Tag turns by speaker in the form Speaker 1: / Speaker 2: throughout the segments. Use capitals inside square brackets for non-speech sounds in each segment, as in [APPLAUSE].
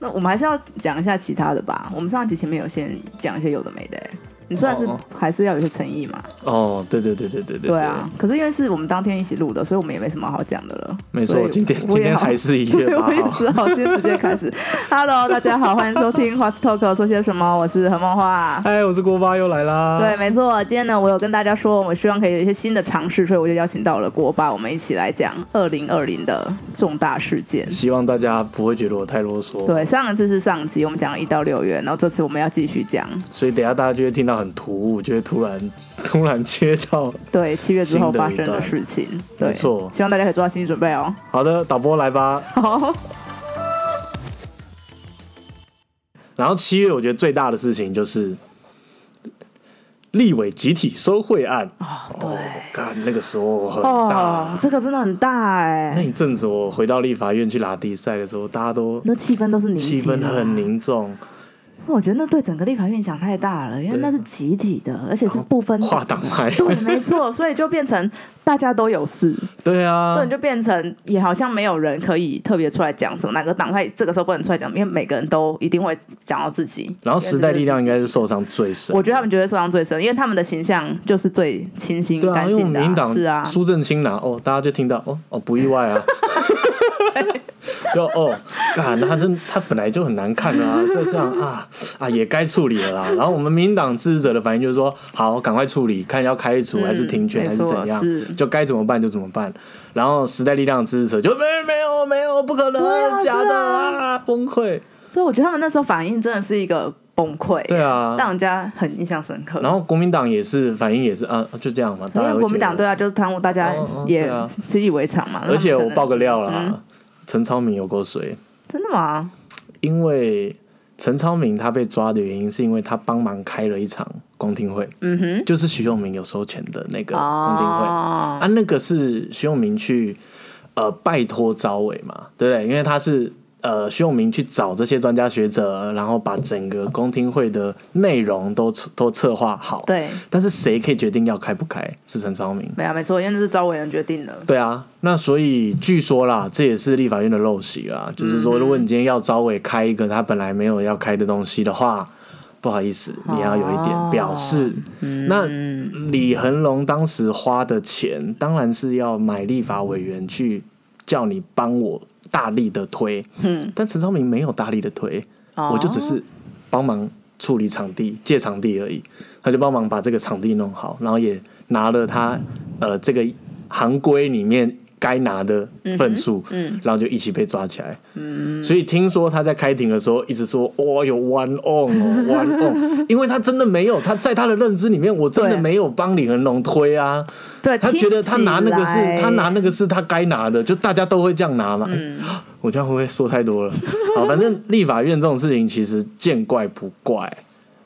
Speaker 1: 那我们还是要讲一下其他的吧。我们上集前面有先讲一些有的没的、欸，你虽然是
Speaker 2: 哦
Speaker 1: 还是要有些诚意嘛，
Speaker 2: 哦，对对对对对对
Speaker 1: 对啊。可是因为是我们当天一起录的，所以我们也没什么好讲的了。
Speaker 2: 没
Speaker 1: 所
Speaker 2: 错，
Speaker 1: 以
Speaker 2: 今天
Speaker 1: 我
Speaker 2: 今
Speaker 1: 也
Speaker 2: 天
Speaker 1: 好
Speaker 2: 还是一月八
Speaker 1: [LAUGHS] 我也
Speaker 2: 号，
Speaker 1: 只好先直接开
Speaker 2: [LAUGHS]
Speaker 1: 始。Hello，大家好，欢迎收听 What's Talk 说些什么，我是何梦画。
Speaker 2: 嗨，我是锅巴又来啦，
Speaker 1: 对，没错，今天呢，我有跟大家说，我希望可以有一些新的尝试，所以我就邀请到了锅巴，我们一起来讲二零二零的重大事件。
Speaker 2: 希望大家不会觉得我太啰嗦，
Speaker 1: 对，上一次是上集，我们讲了一到六月，然后这次我们要继续讲，
Speaker 2: 所以等一下大家就会听到很突兀，就会突然 [LAUGHS] 突然切到。
Speaker 1: 对七月之后
Speaker 2: 新的
Speaker 1: 发
Speaker 2: 一
Speaker 1: 生的
Speaker 2: 段
Speaker 1: 事情。对，
Speaker 2: 没错
Speaker 1: 希望大家可以做好心理准备
Speaker 2: [LAUGHS]
Speaker 1: 哦。
Speaker 2: 好的，导播来吧。
Speaker 1: 好，
Speaker 2: 然后七月，我觉得最大的事情就是立委集体收贿案。
Speaker 1: 哦对，
Speaker 2: 看、那个时候我很
Speaker 1: 哦
Speaker 2: 大，，
Speaker 1: 这个真的很大哎、
Speaker 2: 那一阵子我回到立法院去拉低赛的时候，大家都
Speaker 1: 那气氛都是凝
Speaker 2: 气
Speaker 1: 结
Speaker 2: 氛
Speaker 1: 的
Speaker 2: 很凝重，
Speaker 1: 我觉得那对整个立法院影响太大了，因为
Speaker 2: 对
Speaker 1: 那是集体的，而且是不分
Speaker 2: 跨党派。
Speaker 1: 对，没错，所以就变成大家都有事，
Speaker 2: 对啊
Speaker 1: 所以，就变成也好像没有人可以特别出来讲什么，哪个党派这个时候不能出来讲，因为每个人都一定会讲到自己。
Speaker 2: 然后时代力量应
Speaker 1: 因为
Speaker 2: 该是受伤最
Speaker 1: 这是自己，
Speaker 2: 深。
Speaker 1: 我觉得他们觉得受伤最深，因为他们的形象就是最清新
Speaker 2: 对啊，
Speaker 1: 干
Speaker 2: 因为我
Speaker 1: 净
Speaker 2: 们
Speaker 1: 的、
Speaker 2: 民进党
Speaker 1: 是啊，
Speaker 2: 苏正清拿哦，大家就听到哦哦不意
Speaker 1: [LAUGHS]
Speaker 2: 外啊，就哦，干他真他本来就很难看啊，就这样啊啊也该处理了啦。然后我们民进党支持者的反应就是说，好赶快处理，看要开除还是停
Speaker 1: 嗯
Speaker 2: 权、
Speaker 1: 没
Speaker 2: 还是
Speaker 1: 错
Speaker 2: 怎
Speaker 1: 是
Speaker 2: 样，就该怎么办就怎么办。然后时代力量支持者就没没有没有不可能，
Speaker 1: 啊
Speaker 2: 假
Speaker 1: 是
Speaker 2: 的
Speaker 1: 啊
Speaker 2: 啊，崩溃。
Speaker 1: 所以我觉得他们那时候反应真的是一个崩溃，
Speaker 2: 对啊，
Speaker 1: 让人家很印象深刻。
Speaker 2: 然后国民党也是反应也是啊就这样嘛，大
Speaker 1: 因为
Speaker 2: 家会觉
Speaker 1: 国民
Speaker 2: 得
Speaker 1: 党对啊，就是贪污，大家
Speaker 2: 哦哦
Speaker 1: 也
Speaker 2: 对啊
Speaker 1: 习以为常嘛。
Speaker 2: [LAUGHS] 而且我爆
Speaker 1: 报
Speaker 2: 个料
Speaker 1: 嗯
Speaker 2: 啦，陈、超明有过水，
Speaker 1: 真的吗？
Speaker 2: 因为陈超明他被抓的原因是因为他帮忙开了一场公听会，
Speaker 1: 嗯哼，
Speaker 2: 就是徐永明有收钱的那个公听会、
Speaker 1: 哦，
Speaker 2: 啊，那个是徐永明去呃拜托招委嘛，对不对？因为他是。呃，徐永明去找这些专家学者，然后把整个公听会的内容都都策划好。，
Speaker 1: 对，
Speaker 2: 但是谁可以决定要开不开？是陈超明。
Speaker 1: 没有没错，因为那是招委员决定的。
Speaker 2: 对啊，那所以据说啦，这也是立法院的陋习啦，就是说，如果你今天要招委开一个他本来没有要开的东西的话，不好意思，你要有一点表示。那李恒龙当时花的钱，当然是要买立法委员去叫你帮我大力的推，
Speaker 1: 嗯，
Speaker 2: 但陈超明没有大力的推，
Speaker 1: 哦
Speaker 2: 我就只是帮忙处理场地、借场地而已。他就帮忙把这个场地弄好，然后也拿了他呃这个行规里面该拿的份数，
Speaker 1: 嗯哼嗯
Speaker 2: 然后就一起被抓起来。嗯，所以听说他在开庭的时候一直说：“哦，有 one on 哦，one on”，因为他真的没有，他在他的认知里面，我真的
Speaker 1: 对
Speaker 2: 没有帮李恒龙推啊。
Speaker 1: 对，
Speaker 2: [LAUGHS] 他觉得他拿那个
Speaker 1: 听起
Speaker 2: 是
Speaker 1: 来嗯
Speaker 2: 他拿那个是他该拿的，就大家都会这样拿嘛。欸我这样会不会说
Speaker 1: [LAUGHS]
Speaker 2: 太多了？好，反正立法院这种事情其实见怪不怪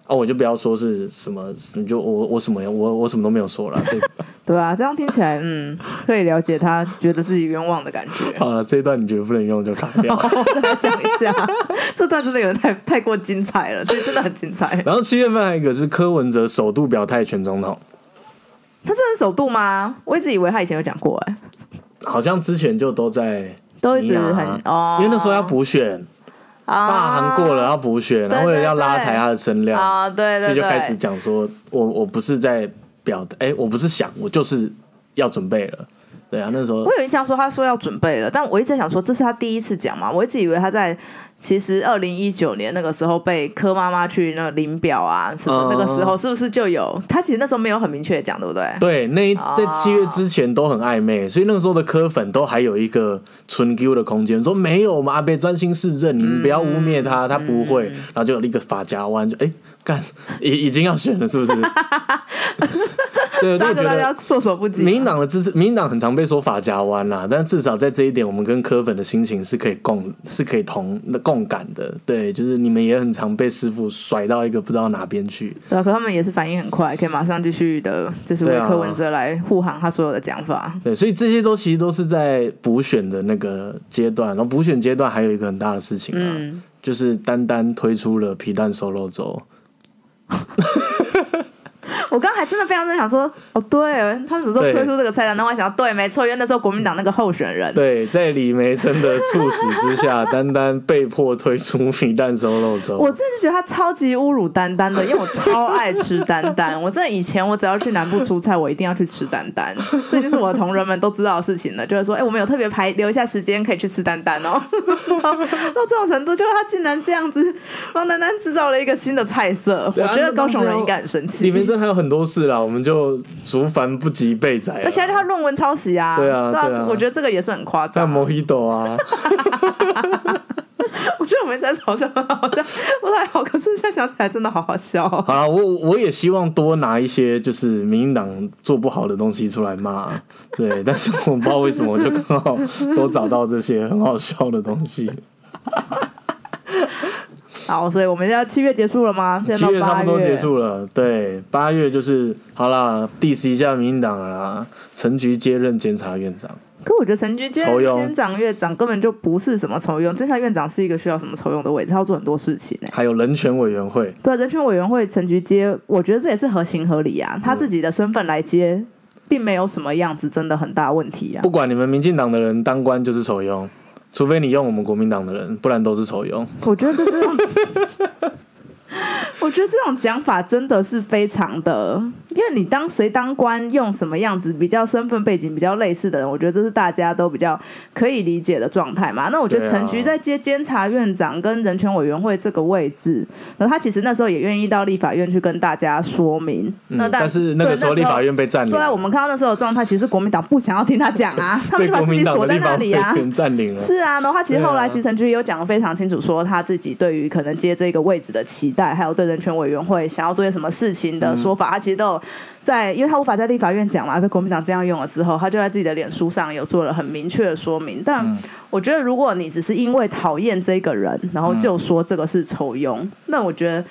Speaker 2: 啊，我就不要说是什么，你就我我什么我我什么都没有说了。
Speaker 1: [LAUGHS]
Speaker 2: 对，。
Speaker 1: 对啊，这样听起来，嗯，可以了解他觉得自己冤枉的感觉
Speaker 2: [LAUGHS] 好了，这一段你觉得不能用就卡
Speaker 1: [LAUGHS]
Speaker 2: 掉。
Speaker 1: 我再想一下， [LAUGHS] 这段真的有点太太过精彩了，所以真的很精
Speaker 2: [LAUGHS]
Speaker 1: 彩。
Speaker 2: 然后七月份还有一个是柯文哲首度表态选总统，
Speaker 1: 他真的是首度吗？我一直以为他以前有讲过、哎，
Speaker 2: 好像之前就都在
Speaker 1: 都一直
Speaker 2: 尼亚
Speaker 1: 很哦，
Speaker 2: 因为那时候要补选，大
Speaker 1: 啊
Speaker 2: 韩过了要补选，然后为了要拉抬他的声量
Speaker 1: 啊，对对
Speaker 2: 所
Speaker 1: 对，
Speaker 2: 以就开始讲说，我我不是在表达，哎、我不是想，我就是要准备了。对啊，那时候
Speaker 1: 我有印象说他说要准备了，但我一直在想说这是他第一次讲嘛，我一直以为他在其实二零一九年那个时候被柯妈妈去那个领表啊什么
Speaker 2: 嗯，
Speaker 1: 那个时候是不是就有？他其实那时候没有很明确地讲，对不对？
Speaker 2: 对那一在
Speaker 1: 哦
Speaker 2: 七月之前都很暧昧，所以那个时候的科粉都还有一个纯 Q 的空间，说没有，我们阿贝专心市政，你们不要污蔑他，他不会。
Speaker 1: 嗯
Speaker 2: 然
Speaker 1: [LAUGHS]
Speaker 2: 后就有一个法夹弯，就哎干、已已经要选了，是不是？对，所以
Speaker 1: 杀
Speaker 2: 我
Speaker 1: 个
Speaker 2: 觉
Speaker 1: 大家
Speaker 2: 得
Speaker 1: 措手不及。
Speaker 2: 民进党的支持，民进党很常被说法夹弯啦，但至少在这一点，我们跟柯粉的心情是可以共，是可以同共感的。对，就是你们也很常被师傅甩到一个不知道哪边去。
Speaker 1: 对啊，可他们也是反应很快，可以马上继续的，就是为
Speaker 2: 对啊
Speaker 1: 柯文哲来护航他所有的讲法。
Speaker 2: 对，所以这些都其实都是在补选的那个阶段，然后补选阶段还有一个很大的事情啊，就是丹丹推出了皮蛋瘦肉粥。
Speaker 1: 我刚还真的非常正想说，哦，对他们只说
Speaker 2: 对
Speaker 1: 推出这个菜单，那我还想到，对，没错，因为那时候国民党那个候选人，
Speaker 2: 对，在李梅珍的促使之下，丹丹被迫推出皮蛋瘦肉粥。
Speaker 1: 我真的觉得他超级侮辱丹丹的，因为我超爱吃丹丹。我真的以前我只要去南部出差，我一定要去吃丹丹，这就是我的同仁们都知道的事情了。就是说，哎、我们有特别排留一下时间可以去吃丹丹哦。到到这种程度，就是他竟然这样子帮丹丹制造了一个新的菜色，我
Speaker 2: 对啊
Speaker 1: 觉得
Speaker 2: 那
Speaker 1: 高
Speaker 2: 当时
Speaker 1: 雄人
Speaker 2: 要
Speaker 1: 应该很生
Speaker 2: 李
Speaker 1: 气。
Speaker 2: 梅珍还有很多事啦，我们就竹凡不及被宰啊了。
Speaker 1: [LAUGHS] 而且他就他论文抄袭啊，
Speaker 2: 对啊对啊
Speaker 1: 我觉得这个也是很夸张
Speaker 2: 像。摩 i 朵啊，
Speaker 1: 我觉得我们一直在嘲笑他，好像不太好，可是现在想起来真的好好笑哦、
Speaker 2: [LAUGHS] 好啦，我我也希望多拿一些就是民进党做不好的东西出来骂，对， [LAUGHS] 但是我不知道为什么我就刚好都找到这些很好笑的东西。
Speaker 1: 好，所以我们现在七月结束了吗？现
Speaker 2: 七
Speaker 1: 在到
Speaker 2: 月差
Speaker 1: 八
Speaker 2: 不多结束了，对，八月就是好啦，diss 一下民进党了啦，陈菊接任监察院长，
Speaker 1: 可我觉得陈菊监
Speaker 2: 酬庸
Speaker 1: 监长院长根本就不是什么酬庸，监察院长是一个需要什么酬庸的位置，他要做很多事情呢、
Speaker 2: 还有人权委员会，
Speaker 1: 对啊，人权委员会陈菊接，我觉得这也是合情合理啊，他自己的身份来接，并没有什么样子真的很大问题啊
Speaker 2: 不。管你们民进党的人当官就是丑庸，除非你用我们国民党的人，不然都是丑庸。
Speaker 1: 我觉得这种， [LAUGHS] 我觉得这种讲法真的是非常的，因为你当谁当官，用什么样子比较身份背景比较类似的人，我觉得这是大家都比较可以理解的状态嘛。那我觉得
Speaker 2: 对啊
Speaker 1: 陈菊在接监察院长跟人权委员会这个位置，那他其实那时候也愿意到立法院去跟大家说明。那
Speaker 2: 嗯，但是那个
Speaker 1: 对
Speaker 2: 时候立法。院被占领
Speaker 1: 对啊，我们看到那时候的状态，其实国民党不想要听他讲啊，他们
Speaker 2: 被
Speaker 1: 就把
Speaker 2: 国
Speaker 1: 自
Speaker 2: 民
Speaker 1: 己
Speaker 2: 党
Speaker 1: 锁
Speaker 2: 的
Speaker 1: 在
Speaker 2: 立
Speaker 1: 那
Speaker 2: 法委
Speaker 1: 里啊。
Speaker 2: 员占领了。
Speaker 1: 是啊，然后他其实后来
Speaker 2: 对啊
Speaker 1: 其实陈菊也有讲的非常清楚，说他自己对于可能接这个位置的期待，还有对人权委员会想要做些什么事情
Speaker 2: 嗯
Speaker 1: 的说法，他其实都有在，因为他无法在立法院讲嘛，被国民党这样用了之后，他就在自己的脸书上有做了很明确的说明。但
Speaker 2: 嗯
Speaker 1: 我觉得，如果你只是因为讨厌这个人，然后就说这个是丑庸，那我觉得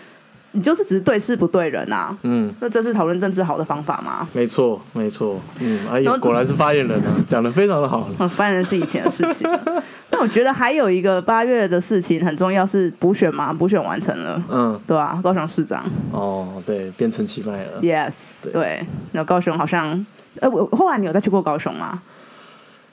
Speaker 1: 你就是只是对事不对人啊。
Speaker 2: 嗯，
Speaker 1: 那这是讨论政治好的方法吗？
Speaker 2: 没错，没错。嗯，哎
Speaker 1: 然后
Speaker 2: 呦，果然是发言人
Speaker 1: [LAUGHS]
Speaker 2: 啊，讲的非常的好。
Speaker 1: 嗯，反正是以前的事情。那我觉得还有一个八月的事情很重要，是补选嘛，补选完成了，
Speaker 2: 嗯，
Speaker 1: 对吧、高雄市长
Speaker 2: 哦，对，变成奇迈了。
Speaker 1: ，yes，
Speaker 2: [LAUGHS] 对
Speaker 1: 对。那高雄好像，呃，我后来你有再去过高雄吗？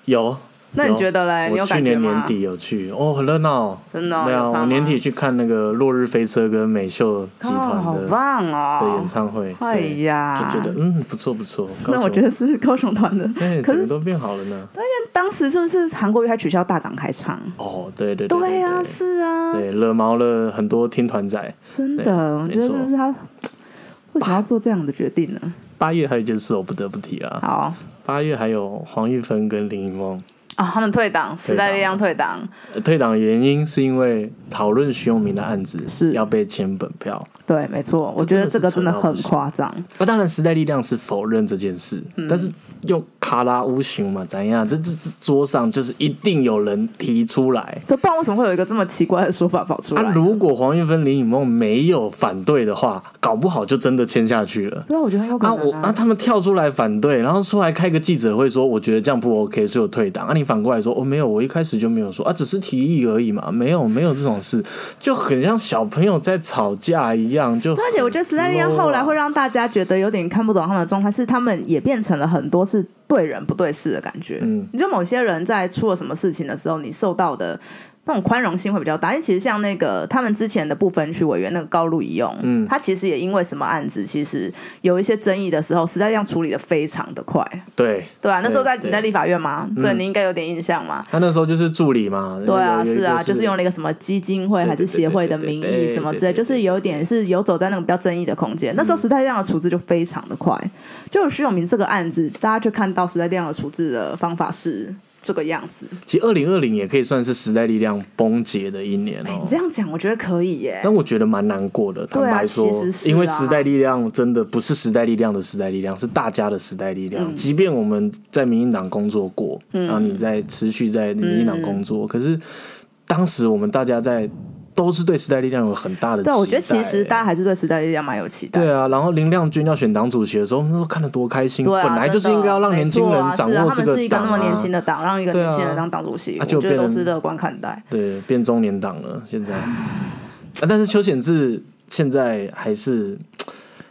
Speaker 2: 有，
Speaker 1: 那你
Speaker 2: 有
Speaker 1: 觉得嘞？你有
Speaker 2: 我去
Speaker 1: 感觉
Speaker 2: 年
Speaker 1: 吗
Speaker 2: 年？底有去，哦，很热闹。
Speaker 1: 真的哦
Speaker 2: 对啊，
Speaker 1: 有差吗
Speaker 2: 我年底去看那个落日飞车跟美秀集
Speaker 1: 哦，好
Speaker 2: 团的的
Speaker 1: 棒哦
Speaker 2: 演！唱会。
Speaker 1: 哎
Speaker 2: 对，
Speaker 1: 呀，
Speaker 2: 就觉得嗯不错不错。
Speaker 1: 那我觉得是高雄团的。
Speaker 2: 哎，
Speaker 1: 可
Speaker 2: 整
Speaker 1: 是
Speaker 2: 个都变好了呢。
Speaker 1: 当时是不是韩国瑜还取消大港开唱？
Speaker 2: 哦，对对对
Speaker 1: 对
Speaker 2: 对
Speaker 1: 啊，
Speaker 2: 对
Speaker 1: 是啊，
Speaker 2: 对，惹毛了很多听团仔。
Speaker 1: 真
Speaker 2: 对
Speaker 1: 的，我觉得
Speaker 2: 没错
Speaker 1: 这是他为什么要做这样的决定呢？
Speaker 2: 八月还有一件事我不得不提啊，
Speaker 1: 好，
Speaker 2: 八月还有黄玉芬跟林一梦、
Speaker 1: 啊、他们退党，时代力量退党，
Speaker 2: 呃退党，原因是因为讨论徐永明的案子
Speaker 1: 是
Speaker 2: 要被签本票。
Speaker 1: 对，没错，我觉得这个真的很夸张。
Speaker 2: 那、当然，时代力量是否认这件事，但是用卡拉乌熊嘛，怎样？这这这桌上就是一定有人提出来。
Speaker 1: 对，不然为什么会有一个这么奇怪的说法跑出来？
Speaker 2: 啊，如果黄玉芬、林以梦没有反对的话，搞不好就真的签下去了。
Speaker 1: 对啊，我觉得很有可
Speaker 2: 啊，
Speaker 1: 能
Speaker 2: 我啊，他们跳出来反对，然后出来开个记者会说，我觉得这样不 OK，所以我退党。啊，你反过来说，哦，没有，我一开始就没有说啊，只是提议而已嘛，没有，没有这种事，就很像小朋友在吵架一样。就啊
Speaker 1: 而且我觉得时代力量后来会
Speaker 2: 让
Speaker 1: 让大家觉得有点看不懂他们的状态，是他们也变成了很多是对人不对事的感觉。
Speaker 2: 嗯，
Speaker 1: 你就某些人在出了什么事情的时候，你受到的那种宽容性会比较大。因为其实像那个他们之前的不分区委员那个高路一用，嗯，他其实也因为什么案子，其实有一些争议的时候，时代力量处理的非常的快。
Speaker 2: 对。
Speaker 1: 对嗯啊，那时候在
Speaker 2: 对
Speaker 1: 你在立法院嘛，对你应该有点印象嘛。
Speaker 2: 他那时候就是助理嘛，
Speaker 1: 对啊，
Speaker 2: 有有一
Speaker 1: 是
Speaker 2: 个
Speaker 1: 啊，就是用了一个什么基金会还是协会的名义什么之类，就是有点是游走在那种比较争议的空间。那
Speaker 2: 嗯
Speaker 1: 时候时代力量的处置就非常的快，就有徐永明这个案子，大家就看到时代力量的处置的方法是这个样子。
Speaker 2: 其实二零二零也可以算是时代力量崩解的一年
Speaker 1: 哎、
Speaker 2: 哦、
Speaker 1: 你这样讲，我觉得可以耶、
Speaker 2: 但我觉得蛮难过的，坦
Speaker 1: 对啊
Speaker 2: 白说，
Speaker 1: 其实是啊
Speaker 2: 因为时代力量真的不是时代力量的时代力量，是大家的时代力
Speaker 1: 嗯
Speaker 2: 量。即便我们在民进党工作过，然后你在持续在民进党工作，
Speaker 1: 嗯
Speaker 2: 可是当时我们大家在都是对时代力量有很大的期待、
Speaker 1: 对，
Speaker 2: 欸
Speaker 1: 啊我觉得其实大家还是对时代力量蛮有期待。
Speaker 2: 对啊，然后林亮君要选党主席的时候，那时候看得多开心，
Speaker 1: 对啊，
Speaker 2: 本来就是
Speaker 1: 真的
Speaker 2: 应该要让年轻人
Speaker 1: 没错
Speaker 2: 掌
Speaker 1: 啊是啊
Speaker 2: 握这
Speaker 1: 他们是一个
Speaker 2: 党
Speaker 1: 那么年轻的党，让一个
Speaker 2: 对啊
Speaker 1: 年轻人当党主席，
Speaker 2: 啊
Speaker 1: 我
Speaker 2: 就
Speaker 1: 觉得
Speaker 2: 变
Speaker 1: 都
Speaker 2: 成
Speaker 1: 是乐观看待。
Speaker 2: 对，变中年党了，现在。啊，但是邱显志现在还是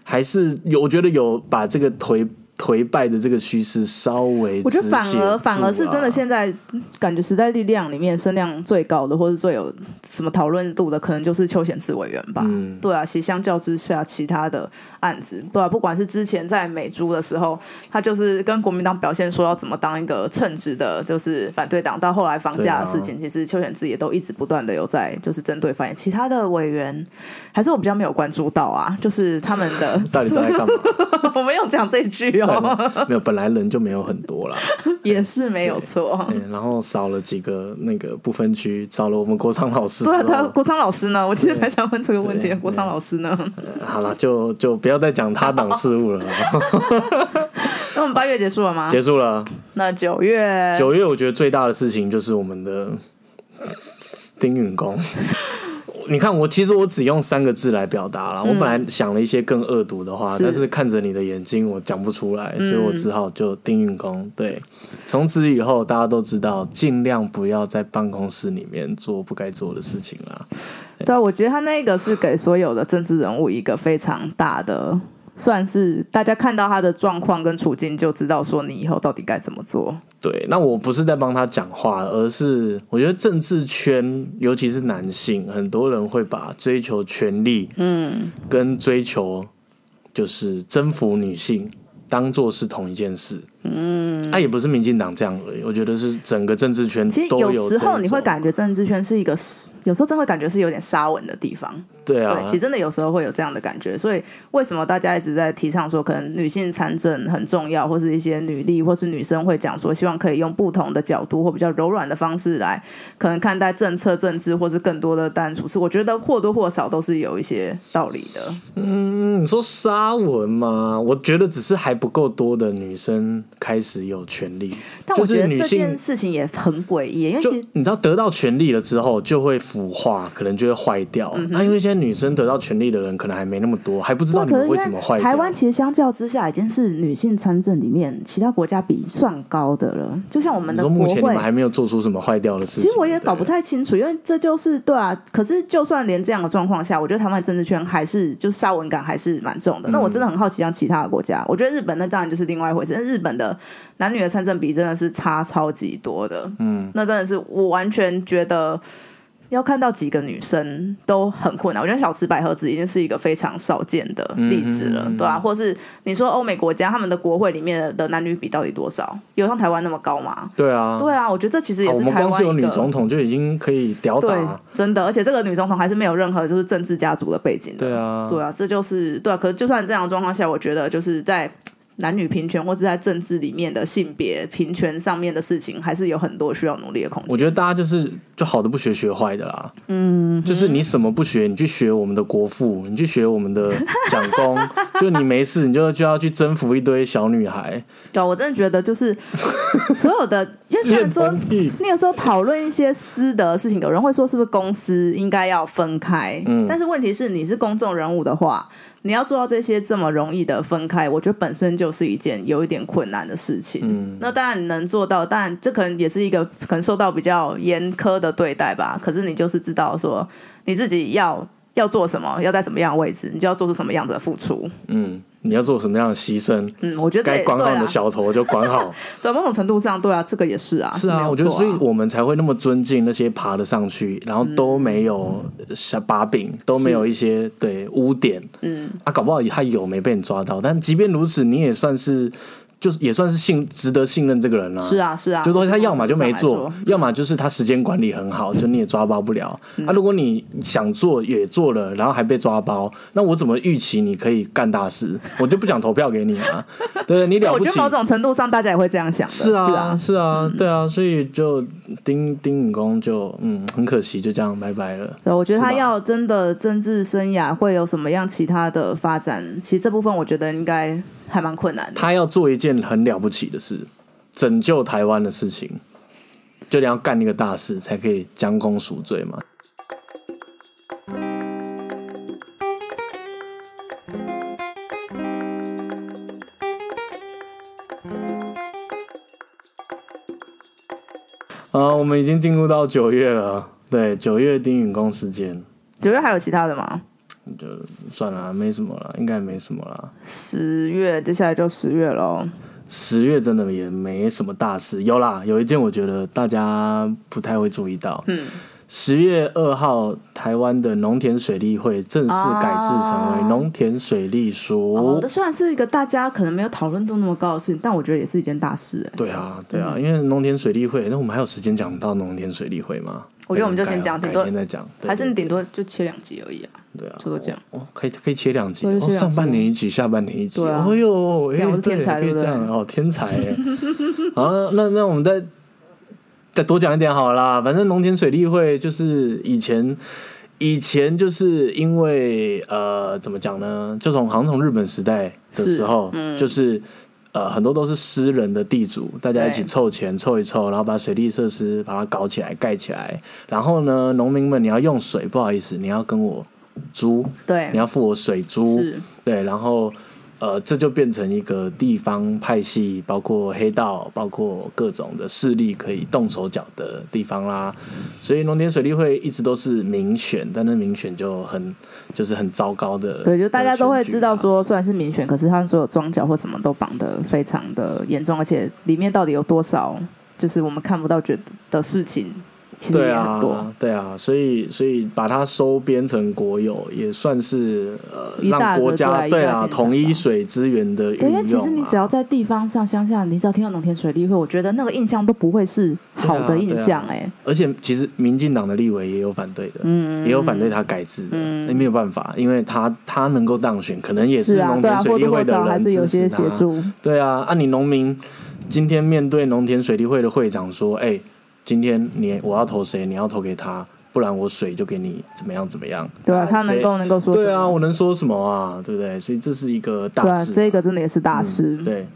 Speaker 2: 还是有，我觉得有把这个颓颓败的这个趋势稍微、
Speaker 1: 我觉得反而反而是真的，
Speaker 2: 现。
Speaker 1: 现在感觉时代力量里面声量最高的，或是最有什么讨论度的，可能就是邱显志委员吧。
Speaker 2: 嗯
Speaker 1: 对啊，其实相较之下，其他的案子，对啊，不管是之前在美猪的时候，他就是跟国民党表现说要怎么当一个称职的，就是反对党，到后来房价的事情，其实邱显志也都一直不断的有在就是针对发言。其他的委员还是我比较没有关注到啊，就是他们的， [LAUGHS]
Speaker 2: 到底都在干嘛？
Speaker 1: 我没有讲这句哦，
Speaker 2: 没有，本来人就没有很多啦，
Speaker 1: 也是没有错。
Speaker 2: 嗯，然后少了几个那个不分区，少了我们国昌老师
Speaker 1: [LAUGHS]
Speaker 2: 之
Speaker 1: 对，啊他
Speaker 2: 后，
Speaker 1: 国昌老师呢？我 [LAUGHS] 其实蛮想问这个问题
Speaker 2: 对
Speaker 1: 的，国昌老师呢？
Speaker 2: 呃好了，就就不要再讲他党事务了，
Speaker 1: [LAUGHS] 那我们八月结束了吗？
Speaker 2: 结束了。
Speaker 1: 那九月，
Speaker 2: 九月我觉得最大的事情就是我们的 [LAUGHS] 丁允恭。 [LAUGHS] 你看我，其实我只用三个字来表达了。我本来想了一些更恶毒的话，
Speaker 1: 是
Speaker 2: 但是看着你的眼睛，我讲不出来，所以我只好就丁允恭。对，从此以后大家都知道，尽量不要在办公室里面做不该做的事情啦。
Speaker 1: 对啊，我觉得他那个是给所有的政治人物一个非常大的，算是大家看到他的状况跟处境，就知道说你以后到底该怎么做。
Speaker 2: 对，那我不是在帮他讲话，而是我觉得政治圈，尤其是男性，很多人会把追求权力，嗯，跟追求就是征服女性当做是同一件事。嗯，那、也不是民进党这样而已，我觉得是整个政治圈
Speaker 1: 其实
Speaker 2: 都
Speaker 1: 有
Speaker 2: 这
Speaker 1: 时候你会
Speaker 2: 种
Speaker 1: 感觉政治圈是一个，有时候真的会感觉是有点沙文的地方。
Speaker 2: 对啊，
Speaker 1: 对，其实真的有时候会有这样的感觉，所以为什么大家一直在提倡说，可能女性参政很重要，或是一些女力，或是女生会讲说，希望可以用不同的角度或比较柔软的方式来，可能看待政策、政治，或是更多的单处事，我觉得或多或少都是有一些道理的。
Speaker 2: 嗯，你说沙文嘛，我觉得只是还不够多的女生开始有权利，
Speaker 1: 但
Speaker 2: 就
Speaker 1: 我
Speaker 2: 是
Speaker 1: 觉得
Speaker 2: 女
Speaker 1: 这
Speaker 2: 性
Speaker 1: 件事情也很诡异，因为
Speaker 2: 就
Speaker 1: 其实
Speaker 2: 你知道得到权利了之后，就会腐化，可能就会坏掉。
Speaker 1: 嗯
Speaker 2: 那、因为现在女生得到权利的人可能还没那么多，还不知道你
Speaker 1: 可
Speaker 2: 们
Speaker 1: 是
Speaker 2: 为什么坏掉。
Speaker 1: 台湾其实相较之下，已经是女性参政里面其他国家比算高的了。就像我们
Speaker 2: 你
Speaker 1: 的
Speaker 2: 说
Speaker 1: 国
Speaker 2: 目前你
Speaker 1: 会
Speaker 2: 们，还没有做出什么坏掉的事情，
Speaker 1: 其实我也搞不
Speaker 2: 对
Speaker 1: 太清楚，因为这就是对啊。可是就算连这样的状况下，我觉得台湾的政治圈还是就是沙文感还是蛮重的。那我真的
Speaker 2: 嗯
Speaker 1: 很好奇，像其他的国家，我觉得日本那当然就是另外一回事。但日本的男女的参政比真的是差超级多的，嗯，那真的是我完全觉得。要看到几个女生都很困难，我觉得小池百合子已经是一个非常少见的
Speaker 2: 嗯
Speaker 1: 例子了，对啊？或是你说欧美国家他们的国会里面的男女比到底多少？有像台湾那么高吗？
Speaker 2: 对啊，
Speaker 1: 对啊，我觉得这其实也
Speaker 2: 啊我
Speaker 1: 是
Speaker 2: 们
Speaker 1: 台
Speaker 2: 光
Speaker 1: 湾
Speaker 2: 是有
Speaker 1: 一
Speaker 2: 女
Speaker 1: 个
Speaker 2: 总统就已经可以吊
Speaker 1: 对
Speaker 2: 打，，
Speaker 1: 真的，而且这个女总统还是没有任何就是政治家族的背景的。
Speaker 2: 对啊，
Speaker 1: 对啊，这就是对啊。可是就算这样的状况下，我觉得就是在男女平权或是在政治里面的性别平权上面的事情，还是有很多需要努力的空
Speaker 2: 我
Speaker 1: 间。
Speaker 2: 觉得大家就是就好的不学，学坏的啦。嗯，就是你什么不学，你去学我们的国父，你去学我们的蒋公，
Speaker 1: [LAUGHS]
Speaker 2: 就你没事，你就就要去征服一堆小女孩，
Speaker 1: 对啊、我真的觉得就是 [LAUGHS] 所有的，因为虽
Speaker 2: 练
Speaker 1: 然说
Speaker 2: 风屁。
Speaker 1: 那个时候讨论一些私德的事情，有人会说是不是公司应该要分开？嗯，但是问题是你是公众人物的话，你要做到这些这么容易的分开，我觉得本身就是一件有一点困难的事情。嗯，那当然你能做到，但这可能也是一个可能受到比较严苛的对待吧。可是你就是知道说你自己要要做什么，要在什么样的位置，你就要做出什么样子的付出。
Speaker 2: 嗯，你要做什么样的牺牲？
Speaker 1: 嗯，我觉得这
Speaker 2: 该
Speaker 1: 也
Speaker 2: 管
Speaker 1: 对
Speaker 2: 好你
Speaker 1: 啊
Speaker 2: 的，小头就管好。
Speaker 1: 对某种程度上，对啊，这个也 [LAUGHS] 是啊，
Speaker 2: 是
Speaker 1: 没
Speaker 2: 啊，
Speaker 1: 有
Speaker 2: 我觉得，
Speaker 1: 错
Speaker 2: 所以我们才会那么尊敬那些爬得上去，然后都没有
Speaker 1: 嗯
Speaker 2: 小把柄，都没有一些对污点。嗯，啊，搞不好他有没被你抓到，但即便如此，你也算是就是也算是信值得信任这个人啦、
Speaker 1: 是啊是啊，
Speaker 2: 就说他要么就没
Speaker 1: 某种
Speaker 2: 做
Speaker 1: 程度上来说，嗯
Speaker 2: 要么就是他时间管理很好，就你也抓包不了。
Speaker 1: 嗯
Speaker 2: 啊，如果你想做也做了，然后还被抓包，那我怎么预期你可以干大事？我就不想投票给你啊！对你
Speaker 1: [LAUGHS]
Speaker 2: 了
Speaker 1: 我
Speaker 2: 不
Speaker 1: 觉得
Speaker 2: 起。
Speaker 1: 某种程度上大家也会这样想的，
Speaker 2: 是
Speaker 1: 啊
Speaker 2: 啊，是啊，对啊，所以就丁丁允恭就嗯，很可惜，就这样拜拜了。
Speaker 1: 对，我觉得他
Speaker 2: 是吧
Speaker 1: 要真的政治生涯会有什么样其他的发展，其实这部分我觉得应该还蛮困难的。
Speaker 2: 他要做一件很了不起的事，拯救台湾的事情，就得要干一个大事才可以将功赎罪嘛。啊，我们已经进入到九月了，对，九月丁允恭事件，
Speaker 1: 九月还有其他的吗？
Speaker 2: 就算了，没什么了，应该也没什么了。
Speaker 1: 十月，接下来就十月喽。
Speaker 2: 十月真的也没什么大事，有啦，有一件我觉得大家不太会注意到。
Speaker 1: 嗯，
Speaker 2: 十月二号，台湾的农田水利会正式改制成为农田水利署
Speaker 1: 啊哦，这。虽然是一个大家可能没有讨论度那么高的事情，但我觉得也是一件大事、哎，
Speaker 2: 对啊，对啊，因为农田水利会，那我们还有时间讲到农田水利会吗？
Speaker 1: 我觉得我们就先
Speaker 2: 改
Speaker 1: 讲
Speaker 2: 改
Speaker 1: 顶多
Speaker 2: 天再讲，对
Speaker 1: 还是你顶多就切两集而已啊，
Speaker 2: 对对啊，
Speaker 1: 就都这样。
Speaker 2: 哦，可以可以切两集，
Speaker 1: 对就
Speaker 2: 哦，
Speaker 1: 切两集
Speaker 2: 上半年一集，下半年一集。
Speaker 1: 对啊
Speaker 2: 哦呦，哎、
Speaker 1: 这样我是
Speaker 2: 对，
Speaker 1: 天才
Speaker 2: 可以
Speaker 1: 对不
Speaker 2: 这
Speaker 1: 对
Speaker 2: 样哦，天才哎。 [LAUGHS] 啊，那那我们再再多讲一点好了啦。反正农田水利会就是以前。以前就是因为呃，怎么讲呢？就从好像从日本时代的时候，
Speaker 1: 嗯
Speaker 2: 就是呃，很多都是私人的地主，大家一起
Speaker 1: 对
Speaker 2: 凑钱凑一凑，然后把水利设施把它搞起来、盖起来。然后呢，农民们你要用水，不好意思，你要跟我租，
Speaker 1: 对
Speaker 2: 你，要付我水租，
Speaker 1: 是
Speaker 2: 对，然后呃，这就变成一个地方派系，包括黑道，包括各种的势力可以动手脚的地方啦。所以农田水利会一直都是民选，但那民选就很就是很糟糕的，
Speaker 1: 对，就大家都会
Speaker 2: 的选举啊
Speaker 1: 知道
Speaker 2: 啦
Speaker 1: 说，虽然是民选，可是他们所有庄脚或什么都绑得非常的严重，而且里面到底有多少，就是我们看不到觉得的事情，其实
Speaker 2: 对
Speaker 1: 也很多。
Speaker 2: 啊，对啊，所以所以把它收编成国有，也算是呃
Speaker 1: 一大
Speaker 2: 让
Speaker 1: 的
Speaker 2: 国
Speaker 1: 对
Speaker 2: 家
Speaker 1: 啊一
Speaker 2: 对
Speaker 1: 大减
Speaker 2: 啊
Speaker 1: 少
Speaker 2: 统一水资源的运
Speaker 1: 对，
Speaker 2: 用、
Speaker 1: 因
Speaker 2: 啊。
Speaker 1: 为其实你只要在地方上乡下，你只要听到农田水利会，我觉得那个印象都不会是好
Speaker 2: 啊
Speaker 1: 的印象、哎、
Speaker 2: 而且其实民进党的立委也有反
Speaker 1: 嗯
Speaker 2: 对的，也有反对他改制的，那没有办法，因为他他能够当选，可能也
Speaker 1: 是啊，
Speaker 2: 农
Speaker 1: 对啊，
Speaker 2: 田水
Speaker 1: 或
Speaker 2: 利
Speaker 1: 多
Speaker 2: 会
Speaker 1: 或
Speaker 2: 的
Speaker 1: 少还
Speaker 2: 人
Speaker 1: 是有
Speaker 2: 支
Speaker 1: 些
Speaker 2: 持
Speaker 1: 协
Speaker 2: 他。
Speaker 1: 助，
Speaker 2: 对啊，啊，你农民今天面对农田水利会的会长说，哎、今天你我要投谁，你要投给他，不然我水就给你怎么样怎么样。
Speaker 1: 对啊，他能
Speaker 2: 谁
Speaker 1: 够能够说什么？
Speaker 2: 对啊，我能说什么啊？对不对？所以这是一个大
Speaker 1: 对啊，
Speaker 2: 事、嗯
Speaker 1: 这个真的也是大事，嗯
Speaker 2: 对，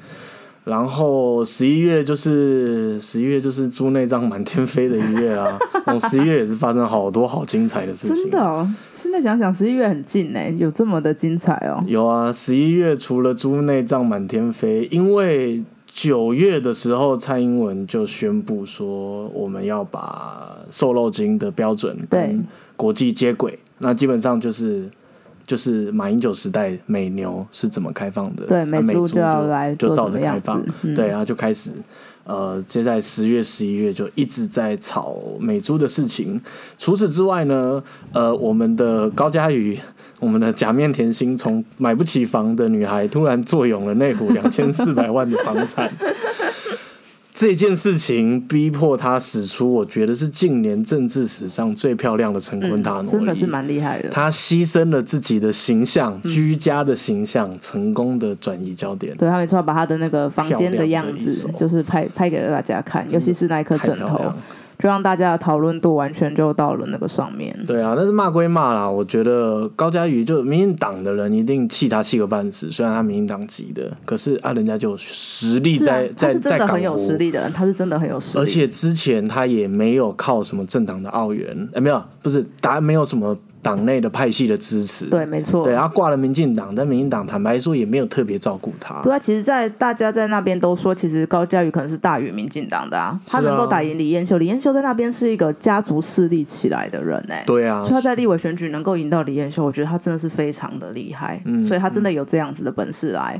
Speaker 2: 然后十一月就是十一月就是猪内脏满天飞的一
Speaker 1: [LAUGHS]
Speaker 2: 月啊，我十一月也是发生好多好精彩的事情。
Speaker 1: 真的哦。现在想想，十一月很近哎、有这么的精彩哦。
Speaker 2: 有啊，十一月除了猪内脏满天飞，因为九月的时候，蔡英文就宣布说，我们要把瘦肉精的标准
Speaker 1: 对
Speaker 2: 跟国际接轨。那基本上就是就是马英九时代美牛是怎么开放的，
Speaker 1: 对
Speaker 2: 啊
Speaker 1: 美
Speaker 2: 美
Speaker 1: 猪
Speaker 2: 猪
Speaker 1: 就要来
Speaker 2: 就
Speaker 1: 做
Speaker 2: 照
Speaker 1: 怎
Speaker 2: 着
Speaker 1: 么样
Speaker 2: 开放
Speaker 1: 子，嗯
Speaker 2: 对，然后就开始。呃，接在十月、十一月就一直在炒美猪的事情。除此之外呢，呃，我们的高嘉瑜我们的假面甜心从买不起房的女孩，突然坐拥了内湖两千四百万的房产。这件事情逼迫她使出，我觉得是近年政治史上最漂亮的成婚大挪移、
Speaker 1: 嗯真的是蛮厉害的。
Speaker 2: 她牺牲了自己的形象、居家的形象，成功的转移焦点。
Speaker 1: 对他没错，把他的那个房间
Speaker 2: 漂亮的
Speaker 1: 样
Speaker 2: 一
Speaker 1: 子
Speaker 2: 手，
Speaker 1: 就是拍拍给了大家看，尤其是那一颗
Speaker 2: 太
Speaker 1: 枕
Speaker 2: 漂
Speaker 1: 头
Speaker 2: 亮，了
Speaker 1: 就让大家的讨论度完全就到了那个上面。
Speaker 2: 对啊，但是骂归骂啦，我觉得高嘉瑜就民进党的人一定气他气个半死。虽然他民进党籍的，可是啊，人家就有实力
Speaker 1: 是啊
Speaker 2: 在，
Speaker 1: 他
Speaker 2: 在
Speaker 1: 是真
Speaker 2: 在
Speaker 1: 的
Speaker 2: 港
Speaker 1: 很有
Speaker 2: 湖
Speaker 1: 实力的人，他是真的很有实力。
Speaker 2: 而且之前他也没有靠什么政党的澳元，哎、没有，不是打没有什么党内的派系的支持。
Speaker 1: 对，没错，
Speaker 2: 对，他啊挂了民进党，但民进党坦白说也没有特别照顾他。
Speaker 1: 对啊，其实在，大家在那边都说，其实高嘉瑜可能是大于民进党的啊，
Speaker 2: 是
Speaker 1: 他
Speaker 2: 啊
Speaker 1: 能够打赢李彦秀，李彦秀在那边是一个家族势力起来的人哎、
Speaker 2: 对啊
Speaker 1: 所以，他在立委选举能够赢到李彦秀，我觉得他真的是非常的厉害，
Speaker 2: 嗯
Speaker 1: 所以他真的有这样子的本事来。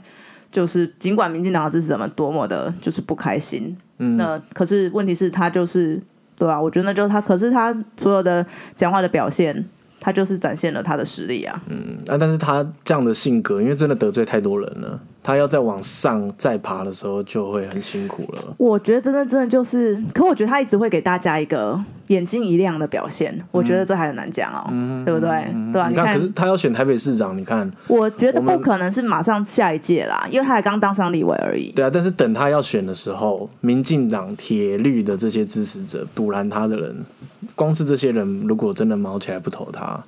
Speaker 1: 就是尽管民进党的支持者们多么的，就是不开心，
Speaker 2: 嗯
Speaker 1: 那可是问题是，他就是对啊，我觉得那就是他，可是他所有的讲话的表现，他就是展现了他的实力啊。
Speaker 2: 嗯啊，但是他这样的性格，因为真的得罪太多人了，他要再往上再爬的时候，就会很辛苦了。
Speaker 1: 我觉得那真的就是，可我觉得他一直会给大家一个眼睛一亮的表现，
Speaker 2: 嗯
Speaker 1: 我觉得这还很难讲哦，对不对？对吧、啊
Speaker 2: 你
Speaker 1: 你
Speaker 2: 看，可
Speaker 1: 看
Speaker 2: 是，他要选台北市长，你看，
Speaker 1: 我觉得
Speaker 2: 我们
Speaker 1: 不可能是马上下一届啦，因为他才刚当上立委而已。
Speaker 2: 对啊，但是等他要选的时候，民进党铁律的这些支持者阻拦他的人，光是这些人如果真的毛起来不投他，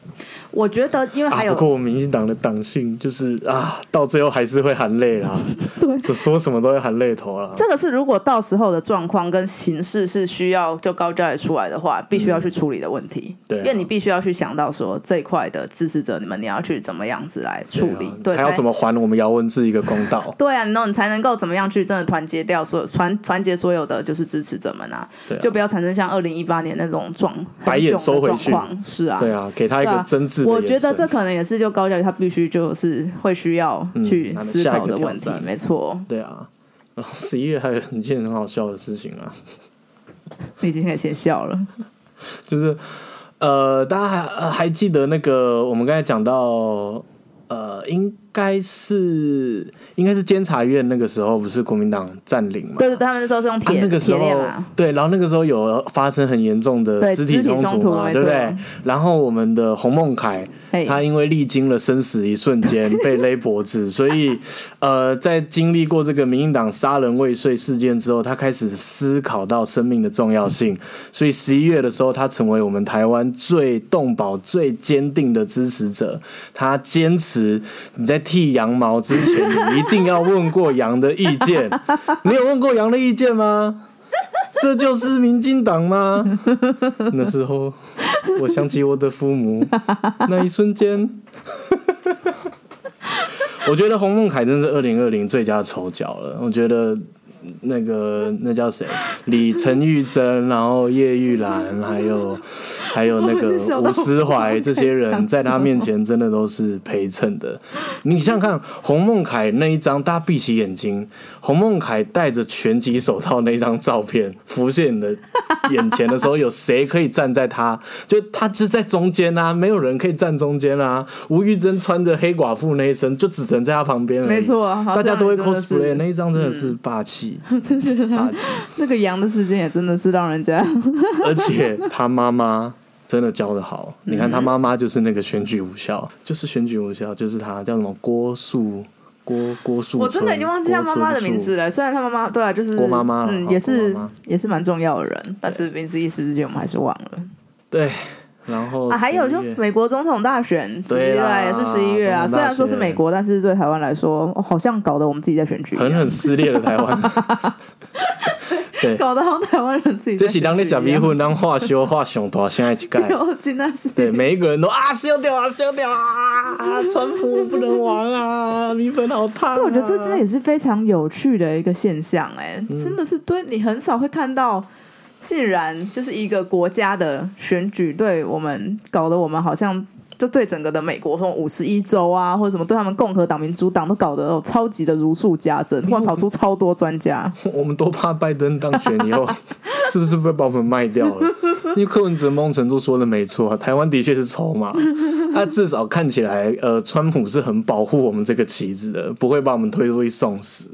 Speaker 1: 我觉得，因为
Speaker 2: 啊
Speaker 1: 还，有、
Speaker 2: 不过我们民进党的党性就是啊，到最后还是会含泪
Speaker 1: [LAUGHS]
Speaker 2: 啦，对，这说什么都会含泪头啦。
Speaker 1: 这个是，如果到时候的状况跟形势是需要就高教也出来的话，必须要去处理的问题。
Speaker 2: 对啊
Speaker 1: 因为你必须要去想到说这一块的支持者，你们你要去怎么样子来处理，对,、
Speaker 2: 还啊要
Speaker 1: 才？
Speaker 2: 怎么还我们姚文智一个公道
Speaker 1: 对啊，那你才能够怎么样去真的团结掉所有团团结所有的就是支持者们啊，
Speaker 2: 对啊
Speaker 1: 就不要产生像二零一八年那种状
Speaker 2: 白眼收回
Speaker 1: 很囧的
Speaker 2: 去
Speaker 1: 状况是啊，
Speaker 2: 对啊，给他一
Speaker 1: 对
Speaker 2: 个
Speaker 1: 啊
Speaker 2: 真挚的眼神。
Speaker 1: 我觉得这可能也是就高教育他必须就是会需要去
Speaker 2: 嗯那
Speaker 1: 思
Speaker 2: 下一
Speaker 1: 考
Speaker 2: 个
Speaker 1: 的
Speaker 2: 挑
Speaker 1: 问题，
Speaker 2: 战
Speaker 1: 没错，
Speaker 2: 对啊。然后十一月还有一件很好笑的事情啊，
Speaker 1: 你已经可以先笑了，
Speaker 2: 就是呃，大家还呃还记得那个我们刚才讲到呃，应该是应该是监察院那个时候不是国民党占领嘛？
Speaker 1: 对对，他们那时候是用铁、
Speaker 2: 啊、那个时
Speaker 1: 铁
Speaker 2: 候
Speaker 1: 链啊。
Speaker 2: 对，然后那个时候有发生很严重的
Speaker 1: 对
Speaker 2: 肢体
Speaker 1: 肢体
Speaker 2: 冲
Speaker 1: 冲
Speaker 2: 突
Speaker 1: 突
Speaker 2: 嘛，
Speaker 1: 没
Speaker 2: 对不对
Speaker 1: 错？
Speaker 2: 然后我们的洪孟凯，
Speaker 1: 嘿
Speaker 2: 他因为历经了生死一瞬间被勒脖子，所以呃，在经历过这个民进党杀人未遂事件之后，他开始思考到生命的重要性，所以十一月的时候，他成为我们台湾最动保、最坚定的支持者。他坚持你在剃羊毛之前，你一定要问过羊的意见。你有问过羊的意见吗？这就是民进
Speaker 1: [LAUGHS]
Speaker 2: 党吗？那时候，我想起我的父母， [LAUGHS] 那一瞬间， [LAUGHS] 我觉得洪孟凯真是二零二零最佳丑角了。我觉得那个那叫谁，李陈玉珍，然后叶玉兰，还有还有那
Speaker 1: 我
Speaker 2: 个
Speaker 1: 就想到
Speaker 2: 吴思怀，这些
Speaker 1: 我在
Speaker 2: 人
Speaker 1: 想
Speaker 2: 在他面前真的都是陪衬的。你想想看，洪孟凯那一张，大家闭起眼睛，洪孟凯戴着拳击手套那张照片浮现你的眼前的时候，有谁可以站在他？就他就在中间啊，没有人可以站中间啊。吴玉珍穿着黑寡妇那一身，就只能在他旁边而已。
Speaker 1: 没错好
Speaker 2: 大家都会
Speaker 1: 这样子真的
Speaker 2: cosplay
Speaker 1: 是
Speaker 2: 那一张，真的是霸气，霸气。
Speaker 1: 那个羊的事件也真的是让人家
Speaker 2: 而且他妈妈真的教的好，你看他
Speaker 1: 嗯
Speaker 2: 妈妈就是那个选举无效，就是选举无效，就是他叫什么郭素郭郭素春，
Speaker 1: 我 [LAUGHS] 真的已经忘记他妈妈的名字
Speaker 2: 了。
Speaker 1: 了。虽然他妈妈对啊，就是
Speaker 2: 郭妈妈啦
Speaker 1: 嗯，
Speaker 2: 好
Speaker 1: 也是
Speaker 2: 郭妈妈
Speaker 1: 也是蛮重要的人，但是名字一时之间我们还是忘了
Speaker 2: 对，然后
Speaker 1: 啊。还有就
Speaker 2: 11月
Speaker 1: 美国总统大选，十一
Speaker 2: 对
Speaker 1: 月
Speaker 2: 啦
Speaker 1: 啊也是十一月啊。
Speaker 2: 总
Speaker 1: 虽
Speaker 2: 统大选
Speaker 1: 然说是美国，但是对台湾来说，哦好像搞得我们自己在选举一样，
Speaker 2: 狠狠撕裂了台
Speaker 1: [LAUGHS]
Speaker 2: 湾。对，
Speaker 1: 搞得好像台湾人自己在
Speaker 2: 这
Speaker 1: 选举
Speaker 2: 是
Speaker 1: 一样。
Speaker 2: 让你假迷混，让化修化熊大现在一
Speaker 1: [LAUGHS]
Speaker 2: 盖。
Speaker 1: 有真的是
Speaker 2: 对，每一个人都啊，修掉啊，修掉啊，川普不能玩啊，米粉好烫、啊。
Speaker 1: 对，我觉得这真的也是非常有趣的一个现象、哎、真的是对你很少会看到，竟然就是一个国家的选举对我们搞得我们好像。就对整个的美国，什么五十一州啊，或者什么，对他们共和党、民主党都搞得哦超级的如数家珍，突然跑出超多专家。
Speaker 2: [LAUGHS] 我们都怕拜登当选
Speaker 1: [LAUGHS]
Speaker 2: 以后，是不是被把我们卖掉了？因为柯文哲某种程度说的没错，台湾的确是
Speaker 1: [LAUGHS]
Speaker 2: 筹码，那至少看起来，呃，川普是很保护我们这个棋子的，不会把我们推出去送死。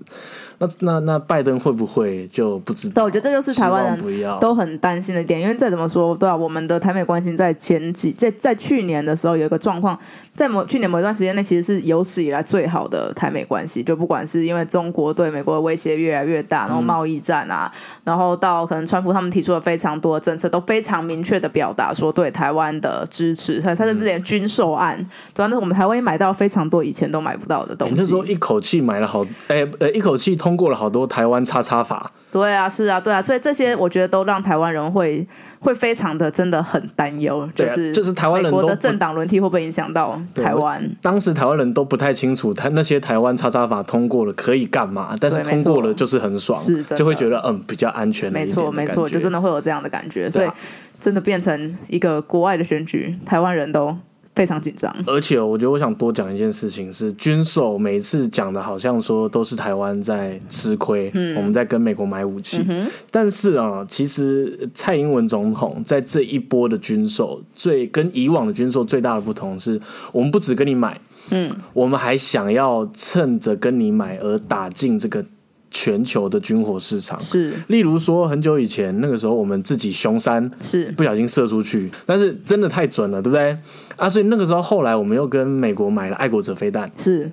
Speaker 2: 那那那拜登会不会就不知道？
Speaker 1: 对，我觉得这就是台湾
Speaker 2: 希望不要
Speaker 1: 人都很担心的点，因为再怎么说，对啊，我们的台美关系在前几在在去年的时候有一个状况，在某去年某一段时间内，其实是有史以来最好的台美关系，就不管是因为中国对美国的威胁越来越大，然后贸易战啊，然后到可能川普他们提出了非常多的政策，都非常明确的表达说对台湾的支持，他他甚至连军售案，对啊，那我们台湾也买到非常多以前都买不到的东
Speaker 2: 你
Speaker 1: 西。
Speaker 2: 哎那时候一口气买了好，哎、呃，一口气通过了好多台湾叉叉法，
Speaker 1: 对啊，是啊，对啊，所以这些
Speaker 2: 嗯
Speaker 1: 我觉得都让台湾人会会非常的真的很担忧，
Speaker 2: 对啊
Speaker 1: 是
Speaker 2: 就是台湾人
Speaker 1: 美国
Speaker 2: 都
Speaker 1: 的
Speaker 2: 不
Speaker 1: 政党轮替会不会影响到
Speaker 2: 对
Speaker 1: 台湾？
Speaker 2: 当时台湾人都不太清楚，他那些台湾叉叉法通过了可以干嘛，但是
Speaker 1: 对没
Speaker 2: 通
Speaker 1: 错
Speaker 2: 过了就是很爽
Speaker 1: 是真，的
Speaker 2: 就会觉得嗯比较安全了
Speaker 1: 没
Speaker 2: 一点
Speaker 1: 错，
Speaker 2: 的
Speaker 1: 没
Speaker 2: 感
Speaker 1: 错，
Speaker 2: 觉
Speaker 1: 就真的会有这样的感觉，所
Speaker 2: 对
Speaker 1: 以
Speaker 2: 啊
Speaker 1: 真的变成一个国外的选举，台湾人都。非常紧张。
Speaker 2: 而且我觉得我想多讲一件事情是，军售每次讲的好像说都是台湾在吃亏，我们在跟美国买武器。但是啊，其实蔡英文总统在这一波的军售，最跟以往的军售最大的不同是，我们不只跟你买，嗯，我们还想要趁着跟你买而打进这个全球的军火市场。
Speaker 1: 是
Speaker 2: 例如说，很久以前那个时候，我们自己熊山
Speaker 1: 是，
Speaker 2: 不小心射出去，但是真的太准了，对不对？啊，所以那个时候后来我们又跟美国买了爱国者飞弹，
Speaker 1: 是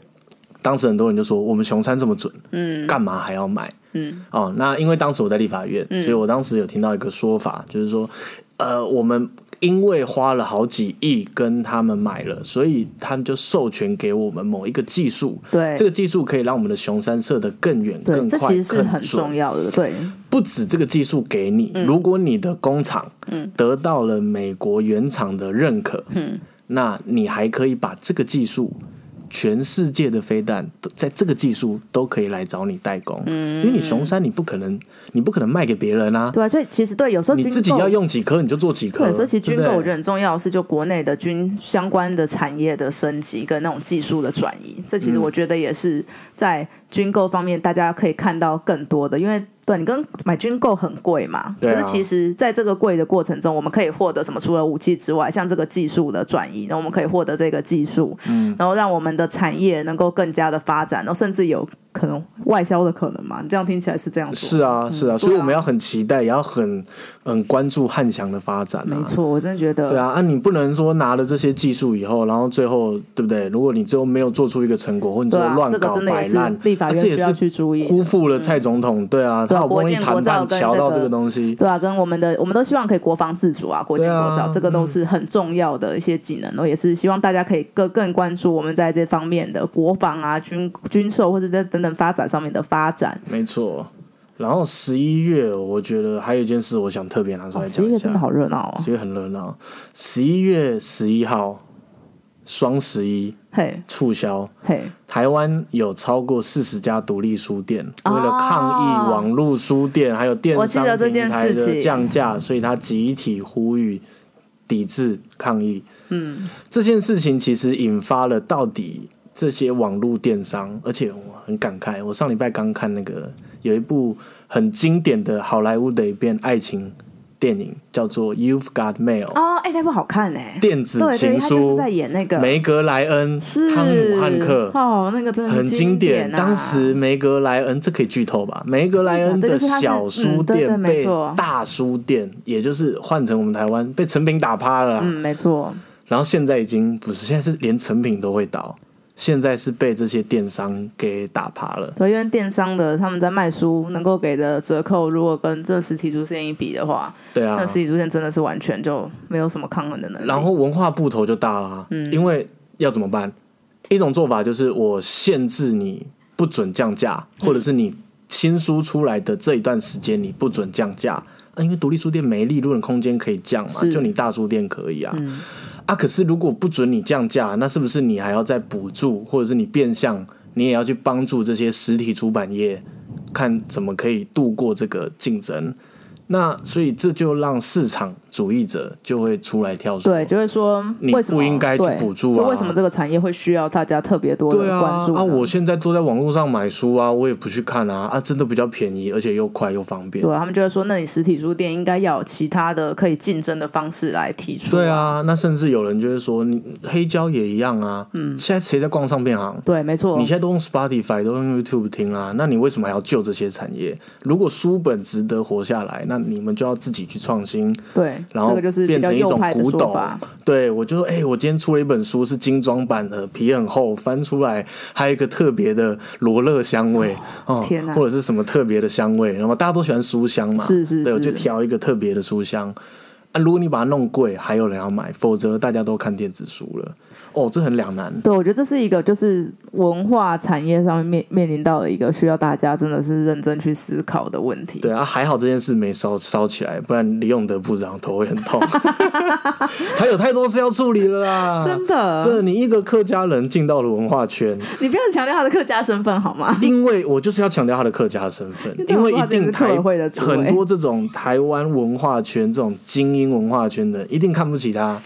Speaker 2: 当时很多人就说我们熊山这么准，嗯，干嘛还要买？嗯，哦，那因为当时我在立法
Speaker 1: 嗯
Speaker 2: 院，所以我当时有听到一个说法，就是说，呃，我们因为花了好几亿跟他们买了，所以他们就授权给我们某一个技术，
Speaker 1: 对
Speaker 2: 这个技术可以让我们的熊山射得更远、
Speaker 1: 对，
Speaker 2: 更
Speaker 1: 这
Speaker 2: 快、
Speaker 1: 其实是
Speaker 2: 更
Speaker 1: 很
Speaker 2: 准
Speaker 1: 重。要的，对，
Speaker 2: 不止这个技术给你，
Speaker 1: 嗯
Speaker 2: 如果你的工厂得到了美国原厂的认可，
Speaker 1: 嗯
Speaker 2: 那你还可以把这个技术。全世界的飞弹都在这个技术都可以来找你代工，
Speaker 1: 嗯
Speaker 2: 因为你熊山你不可能，你不可能卖给别人啊，
Speaker 1: 对啊，所以其实对，有时候
Speaker 2: 你
Speaker 1: 军
Speaker 2: 自己
Speaker 1: 购
Speaker 2: 要用几颗你就做几颗。
Speaker 1: 对，所以其实军
Speaker 2: 对不
Speaker 1: 购
Speaker 2: 对
Speaker 1: 我觉得很重要的是，就国内的军相关的产业的升级跟那种技术的转移，这其实
Speaker 2: 嗯
Speaker 1: 我觉得也是在军购方面大家可以看到更多的，因为对你跟买军购很贵嘛，
Speaker 2: 对啊
Speaker 1: 可是其实在这个贵的过程中，我们可以获得什么？除了武器之外，像这个技术的转移，然后我们可以获得这个技术，嗯，然后让我们的产业能够更加的发展，然后甚至有可能外销的可能嘛？你这样听起来是这样说，
Speaker 2: 是啊是啊，所以
Speaker 1: 对啊
Speaker 2: 我们要很期待，也要很很关注汉翔的发展
Speaker 1: 没
Speaker 2: 啊。
Speaker 1: 错，我真的觉得
Speaker 2: 对啊，啊，你不能说拿了这些技术以后，然后最后对不对？如果你最后没有做出一个成果，或你最
Speaker 1: 对
Speaker 2: 后
Speaker 1: 啊，
Speaker 2: 乱
Speaker 1: 这个
Speaker 2: 搞
Speaker 1: 真的
Speaker 2: 摆
Speaker 1: 也是
Speaker 2: 烂，
Speaker 1: 立法
Speaker 2: 啊这也
Speaker 1: 院需要
Speaker 2: 是
Speaker 1: 去注意。
Speaker 2: 辜负了蔡总统。对啊，他
Speaker 1: 对啊
Speaker 2: 好不容易
Speaker 1: 国建国
Speaker 2: 谈
Speaker 1: 造
Speaker 2: 判
Speaker 1: 跟
Speaker 2: 瞧到
Speaker 1: 这
Speaker 2: 这
Speaker 1: 个
Speaker 2: 个东西，
Speaker 1: 对啊，跟我们的，我们都希望可以国防自主啊，国建
Speaker 2: 对啊
Speaker 1: 国造，这个都是很重要的一些技能。我也是希望大家可以更更关注我们在这方面的国防啊、军军售或者在等等发展上面的发展。
Speaker 2: 没错。然后十一月，我觉得还有一件事，我想特别拿出来
Speaker 1: 十
Speaker 2: 讲
Speaker 1: 一
Speaker 2: 一
Speaker 1: 月
Speaker 2: 下
Speaker 1: 真的。好热闹哦，
Speaker 2: 十一月很热闹，十一月十一号，双十一
Speaker 1: 嘿
Speaker 2: 促销，
Speaker 1: 嘿，
Speaker 2: 台湾有超过四十家独立书店，
Speaker 1: 啊
Speaker 2: 为了抗议网络书店还有电
Speaker 1: 我记
Speaker 2: 商
Speaker 1: 得这件
Speaker 2: 平台
Speaker 1: 事情嗯
Speaker 2: 的降价，所以他集体呼吁抵制抗议。嗯，这件事情其实引发了到底这些网络电商，而且我很感慨，我上礼拜刚看那个有一部很经典的好莱坞的一遍爱情电影，叫做《You've Got Mail》
Speaker 1: 哦，哎，那部好看哎，
Speaker 2: 电子
Speaker 1: 对对，
Speaker 2: 情
Speaker 1: 他就是
Speaker 2: 书
Speaker 1: 在，演那个
Speaker 2: 梅格莱恩、
Speaker 1: 是
Speaker 2: 汤姆汉克。
Speaker 1: 哦，那个真的
Speaker 2: 很
Speaker 1: 经
Speaker 2: 经典。
Speaker 1: 啊
Speaker 2: 当时梅格莱恩，这可以剧透吧？梅格莱恩的小书
Speaker 1: 嗯对对对
Speaker 2: 店
Speaker 1: 没
Speaker 2: 被
Speaker 1: 错
Speaker 2: 大书店，也就是换成我们台湾被成品打趴了啦。啊
Speaker 1: 嗯，没错，
Speaker 2: 然后现在已经不是，现在是连成品都会倒，现在是被这些电商给打趴了。
Speaker 1: 对，因为电商的他们在卖书能够给的折扣，如果跟这实体书店一比的话，
Speaker 2: 对啊，
Speaker 1: 那实体书店真的是完全就没有什么抗衡的能力。
Speaker 2: 然后文化部头就大啦、
Speaker 1: 嗯
Speaker 2: 因为要怎么办？一种做法就是我限制你不准降价，或
Speaker 1: 嗯
Speaker 2: 者是你新书出来的这一段时间你不准降价。啊，因为独立书店没利润空间可以降嘛
Speaker 1: 是，嗯
Speaker 2: 就你大书店可以啊。啊，可是如果不准你降价，那是不是你还要再补助，或者是你变相你也要去帮助这些实体出版业，看怎么可以度过这个竞争？那所以这就让市场主义者就会出来跳出，
Speaker 1: 对，就会说
Speaker 2: 你
Speaker 1: 为什么
Speaker 2: 不应该去
Speaker 1: 对
Speaker 2: 补助啊
Speaker 1: 就为什么这个产业会需要大家特别多的
Speaker 2: 对啊，
Speaker 1: 关注呢？
Speaker 2: 啊，我现在都在网络上买书啊，我也不去看啊，啊，真的比较便宜，而且又快又方便。
Speaker 1: 对啊他们就会说，那你实体书店应该要有其他的可以竞争的方式来提出。
Speaker 2: 对，啊，那甚至有人就会说，你黑胶也一样啊。嗯，现在谁在逛唱片行？
Speaker 1: 对，没错
Speaker 2: 你，现在都用 Spotify，都用 YouTube 听啦、那你为什么还要救这些产业？如果书本值得活下来，那你们就要自己去创新。
Speaker 1: 对，
Speaker 2: 然后
Speaker 1: 这个就是比
Speaker 2: 变
Speaker 1: 较
Speaker 2: 成一
Speaker 1: 右
Speaker 2: 种
Speaker 1: 派的
Speaker 2: 古
Speaker 1: 说
Speaker 2: 董
Speaker 1: 法。。
Speaker 2: 对我就说，哎、我今天出了一本书，是精装版的，皮很厚，翻出来还有一个特别的罗勒香味哦，
Speaker 1: 天哪
Speaker 2: 或者是什么特别的香味。那么大家都喜欢书香嘛，
Speaker 1: 是是
Speaker 2: 对，我
Speaker 1: 是
Speaker 2: 就挑一个特别的书香。啊，如果你把它弄贵，还有人要买，否则大家都看电子书了。哦，这很两难。
Speaker 1: 对，我觉得这是一个就是文化产业上面面面临到的一个需要大家真的是认真去思考的问题。
Speaker 2: 对啊，还好这件事没烧烧起来，不然李永德部长头会很
Speaker 1: [LAUGHS]
Speaker 2: 痛。他有太多事要处理了啦。
Speaker 1: 真的，
Speaker 2: 对你一个客家人进到了文
Speaker 1: [LAUGHS]
Speaker 2: 化圈，
Speaker 1: 你不要强调他的客家身份好吗？
Speaker 2: 因为我就是要强调他的客家身份，
Speaker 1: 因
Speaker 2: 因
Speaker 1: 为
Speaker 2: 为
Speaker 1: 他
Speaker 2: 一
Speaker 1: 真的是
Speaker 2: 定
Speaker 1: 客委
Speaker 2: 台
Speaker 1: 会的主委
Speaker 2: 很多这种台湾文化圈这种精英文化圈的，一定看不起他。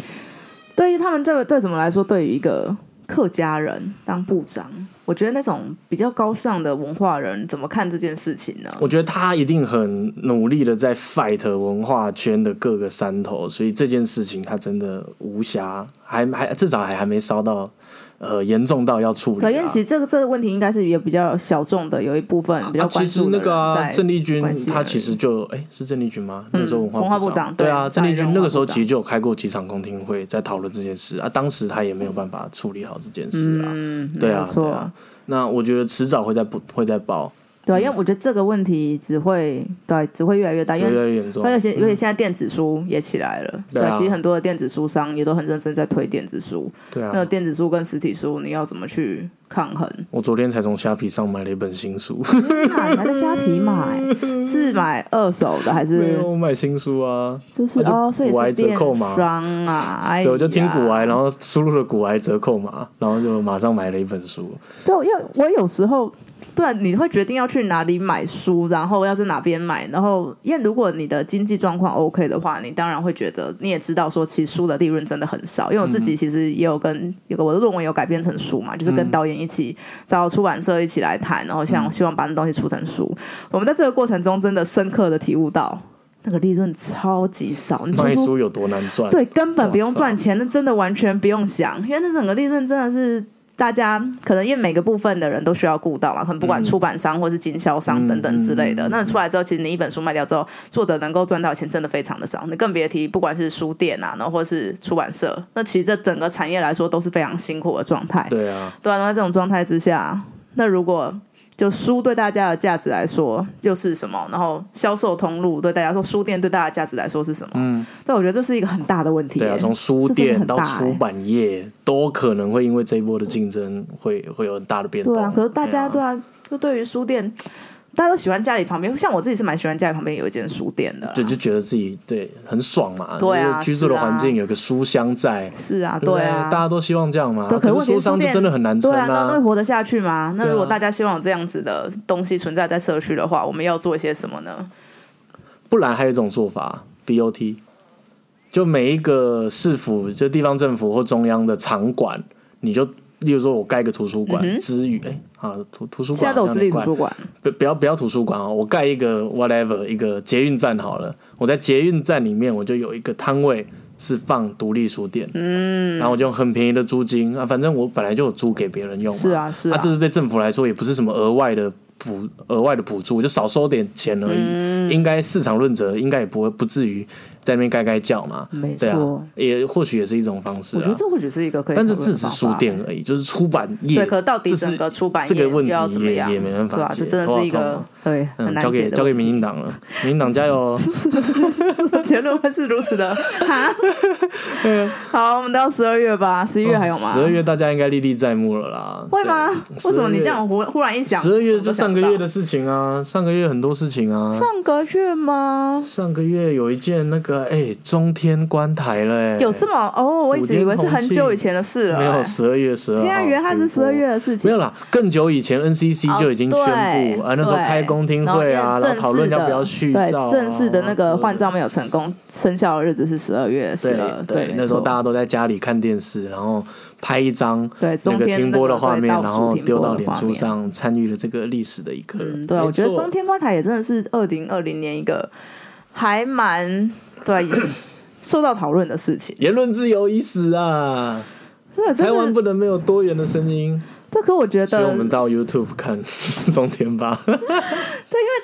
Speaker 1: 对于他们这个对怎么来说，对于一个客家人当部长，我觉得那种比较高尚的文化人怎么看这件事情呢？
Speaker 2: 我觉得他一定很努力的在 fight 文化圈的各个山头，所以这件事情他真的无暇，还还至少还还没烧到呃严重到要处理、啊。
Speaker 1: 对，因为其实这个这个问题应该是也比较小众的，有一部分比较
Speaker 2: 啊，
Speaker 1: 关
Speaker 2: 其实
Speaker 1: 注的
Speaker 2: 那
Speaker 1: 人
Speaker 2: 个啊，
Speaker 1: 在
Speaker 2: 郑丽君
Speaker 1: 关心
Speaker 2: 她
Speaker 1: 而
Speaker 2: 其
Speaker 1: 已
Speaker 2: 实就哎、是郑丽君吗？那时候文化
Speaker 1: 文化部长
Speaker 2: 长对
Speaker 1: 对
Speaker 2: 啊，
Speaker 1: 上
Speaker 2: 郑
Speaker 1: 一
Speaker 2: 丽
Speaker 1: 任
Speaker 2: 君那
Speaker 1: 文
Speaker 2: 个
Speaker 1: 化
Speaker 2: 时候
Speaker 1: 部长
Speaker 2: 其实就有开过几场公听会，在讨论这件事啊，当时她也没有办法处理好这件事啊，
Speaker 1: 嗯，
Speaker 2: 对
Speaker 1: 没
Speaker 2: 啊，对
Speaker 1: 错，
Speaker 2: 啊。嗯那我觉得迟早会再不会再爆，
Speaker 1: 对啊，因为我觉得这个问题只会对啊只会越来越大，
Speaker 2: 只
Speaker 1: 因
Speaker 2: 会越
Speaker 1: 为啊
Speaker 2: 来越严重。
Speaker 1: 而且而且现在电子书也起来了，
Speaker 2: 对啊
Speaker 1: 其实很多的电子书商也都很认真在推电子书。
Speaker 2: 对
Speaker 1: 那
Speaker 2: 啊，
Speaker 1: 电子书跟实体书你要怎么去抗衡？
Speaker 2: 我昨天才从虾皮上买了一本新书，
Speaker 1: 买还在虾皮买，是买二手的还
Speaker 2: 没
Speaker 1: 是
Speaker 2: 有我买新书啊。
Speaker 1: 就是
Speaker 2: 啊就
Speaker 1: 哦？所以
Speaker 2: 骨
Speaker 1: 是
Speaker 2: 癌折
Speaker 1: 电
Speaker 2: 扣嘛
Speaker 1: 商啊，哎呀，
Speaker 2: 对，我就听古癌，然后输入了古癌折扣码，然后就马上买了一本书。
Speaker 1: 对，因为我有时候对啊，你会决定要去哪里买书，然后要在哪边买，然后因为如果你的经济状况 OK 的话，你当然会觉得你也知道说，其实书的利润真的很少。因为我自己其实也有跟有个我的论文有改编成书嘛，就是跟导演一起找出版社一起来谈，然后像希望把那东西出成书。我们在这个过程中真的深刻的体悟到，那个利润超级少，你出
Speaker 2: 卖
Speaker 1: 书
Speaker 2: 书有多难赚？
Speaker 1: 嗯对，根本不用
Speaker 2: 哇塞
Speaker 1: 赚钱，那真的完全不用想，因为那整个利润真的是大家可能因为每个部分的人都需要顾到嘛，可能不管出版商或是经销商等等之类的。那出来之后，其实你一本书卖掉之后，作者能够赚到钱真的非常的少，你更别提不管是书店啊，然后或是出版社，那其实这整个产业来说都是非常辛苦的状态。
Speaker 2: 对啊，
Speaker 1: 对啊，那在这种状态之下，那如果就书对大家的价值来说又是什么？然后销售通路对大家说，书店对大家的价值来说是什么？嗯，但我觉得这是一个很大的问题耶。
Speaker 2: 对啊，从书
Speaker 1: 这真的
Speaker 2: 店
Speaker 1: 很大
Speaker 2: 到
Speaker 1: 欸
Speaker 2: 出版业，都可能会因为这一波的竞争会会有很大的变动。
Speaker 1: 对啊，可是大家对
Speaker 2: 啊，
Speaker 1: 啊，就对于书店，大家都喜欢家里旁边，像我自己是蛮喜欢家里旁边有一间书店的啦。
Speaker 2: 对，就觉得自己对很爽嘛，
Speaker 1: 对啊
Speaker 2: 就是居住的环境有个书香在，
Speaker 1: 是啊，
Speaker 2: 对不对
Speaker 1: 啊，
Speaker 2: 大家都希望这样嘛。
Speaker 1: 对可是
Speaker 2: 可
Speaker 1: 问题
Speaker 2: 是
Speaker 1: 是
Speaker 2: 书商
Speaker 1: 书
Speaker 2: 就
Speaker 1: 店
Speaker 2: 真的很难撑
Speaker 1: 对啊，那会
Speaker 2: 啊。
Speaker 1: 活得下去吗？那如果
Speaker 2: 对啊
Speaker 1: 大家希望有这样子的东西存在在社区的话，我们要做一些什么呢？
Speaker 2: 不然还有一种做法，BOT，就每一个市府、就地方政府或中央的场馆，你就例如说我盖一个图书馆，之余哎。啊，图图书馆
Speaker 1: 嗯现在都有
Speaker 2: 好
Speaker 1: 私
Speaker 2: 像也
Speaker 1: 立图
Speaker 2: 怪
Speaker 1: 书馆，
Speaker 2: 不不要不要图书馆哦，我盖一个 whatever 一个捷运站好了，我在捷运站里面我就有一个摊位是放独立书店，嗯，然后我就用很便宜的租金啊，反正我本来就有租给别人用嘛，
Speaker 1: 是啊是啊
Speaker 2: 这是对政府来说也不是什么额外的补额外的补助，就少收点钱而已，
Speaker 1: 嗯
Speaker 2: 应该市场论责，应该也不会不至于在那边盖盖叫嘛，
Speaker 1: 没
Speaker 2: 对啊
Speaker 1: 错，
Speaker 2: 也或许也是一种方式
Speaker 1: 我觉得
Speaker 2: 啊。
Speaker 1: 这或许是一个可以讨
Speaker 2: 但
Speaker 1: 论
Speaker 2: 是
Speaker 1: 的方法，
Speaker 2: 这只是书店而已，就是出版业，
Speaker 1: 对，可到底
Speaker 2: 这是
Speaker 1: 整个出版业
Speaker 2: 这个问题
Speaker 1: 又要怎么
Speaker 2: 也
Speaker 1: 样？
Speaker 2: 也没办法
Speaker 1: 对啊，
Speaker 2: 解
Speaker 1: 这真的是一
Speaker 2: 头好
Speaker 1: 个
Speaker 2: 痛啊
Speaker 1: 对很
Speaker 2: 嗯，
Speaker 1: 难
Speaker 2: 交
Speaker 1: 解
Speaker 2: 给
Speaker 1: 的
Speaker 2: 交给
Speaker 1: 问
Speaker 2: 民
Speaker 1: 题。 [LAUGHS]
Speaker 2: 进党了，民进党加油哦！
Speaker 1: 结论会是如此
Speaker 2: [LAUGHS]
Speaker 1: 的哈。 [LAUGHS] 好，我们到十二月吧，十一月还有吗？
Speaker 2: 嗯哦十二月大家应该历历在目了啦。
Speaker 1: 会吗？
Speaker 2: 对
Speaker 1: 为什么
Speaker 2: 12
Speaker 1: 你
Speaker 2: 月
Speaker 1: 这样忽忽然一想？
Speaker 2: 十二月
Speaker 1: 怎么
Speaker 2: 就
Speaker 1: 都想不
Speaker 2: 上个
Speaker 1: 到
Speaker 2: 月的事情啊，上个月很多事情啊。
Speaker 1: 上个月吗？
Speaker 2: 上个月有一件那个哎、中天关台了哎、
Speaker 1: 有这么哦？我一直以为是很久以前的事了、
Speaker 2: 没有哦
Speaker 1: 哎
Speaker 2: 十二月十二号
Speaker 1: 原来
Speaker 2: 停播，
Speaker 1: 原来是十二月的事情
Speaker 2: 没有啦，更久以前 NCC 就已经宣
Speaker 1: 哦
Speaker 2: 布
Speaker 1: 哦对
Speaker 2: 啊，那时候
Speaker 1: 对
Speaker 2: 开公听会啊，
Speaker 1: 然后
Speaker 2: 然后讨
Speaker 1: 正式
Speaker 2: 论
Speaker 1: 的
Speaker 2: 要不要续
Speaker 1: 对
Speaker 2: 照啊，
Speaker 1: 正式的那个换照没有成功，生效的日子是十二月十
Speaker 2: 对
Speaker 1: 二。没
Speaker 2: 那时
Speaker 1: 错
Speaker 2: 候大家都在家里看电视，然后拍一张
Speaker 1: 对
Speaker 2: 那
Speaker 1: 中
Speaker 2: 个
Speaker 1: 天
Speaker 2: 停
Speaker 1: 那
Speaker 2: 播
Speaker 1: 个
Speaker 2: 的画
Speaker 1: 对
Speaker 2: 面，
Speaker 1: 到
Speaker 2: 然
Speaker 1: 处
Speaker 2: 后
Speaker 1: 停
Speaker 2: 丢
Speaker 1: 播
Speaker 2: 到
Speaker 1: 的
Speaker 2: 脸
Speaker 1: 画
Speaker 2: 书
Speaker 1: 面
Speaker 2: 上，参与了这个历史的一刻。
Speaker 1: 嗯，对啊，
Speaker 2: 没
Speaker 1: 我觉得
Speaker 2: 错
Speaker 1: 中天观台也真的是二零二零年一个还蛮对 [COUGHS] 受到讨论的事情。
Speaker 2: 言论自由已死啊！
Speaker 1: 对，真
Speaker 2: 台湾
Speaker 1: 的，
Speaker 2: 不能没有多元的声音。
Speaker 1: 这可我觉
Speaker 2: 所以我们
Speaker 1: 得，
Speaker 2: 到 YouTube 看 [LAUGHS] 中天吧。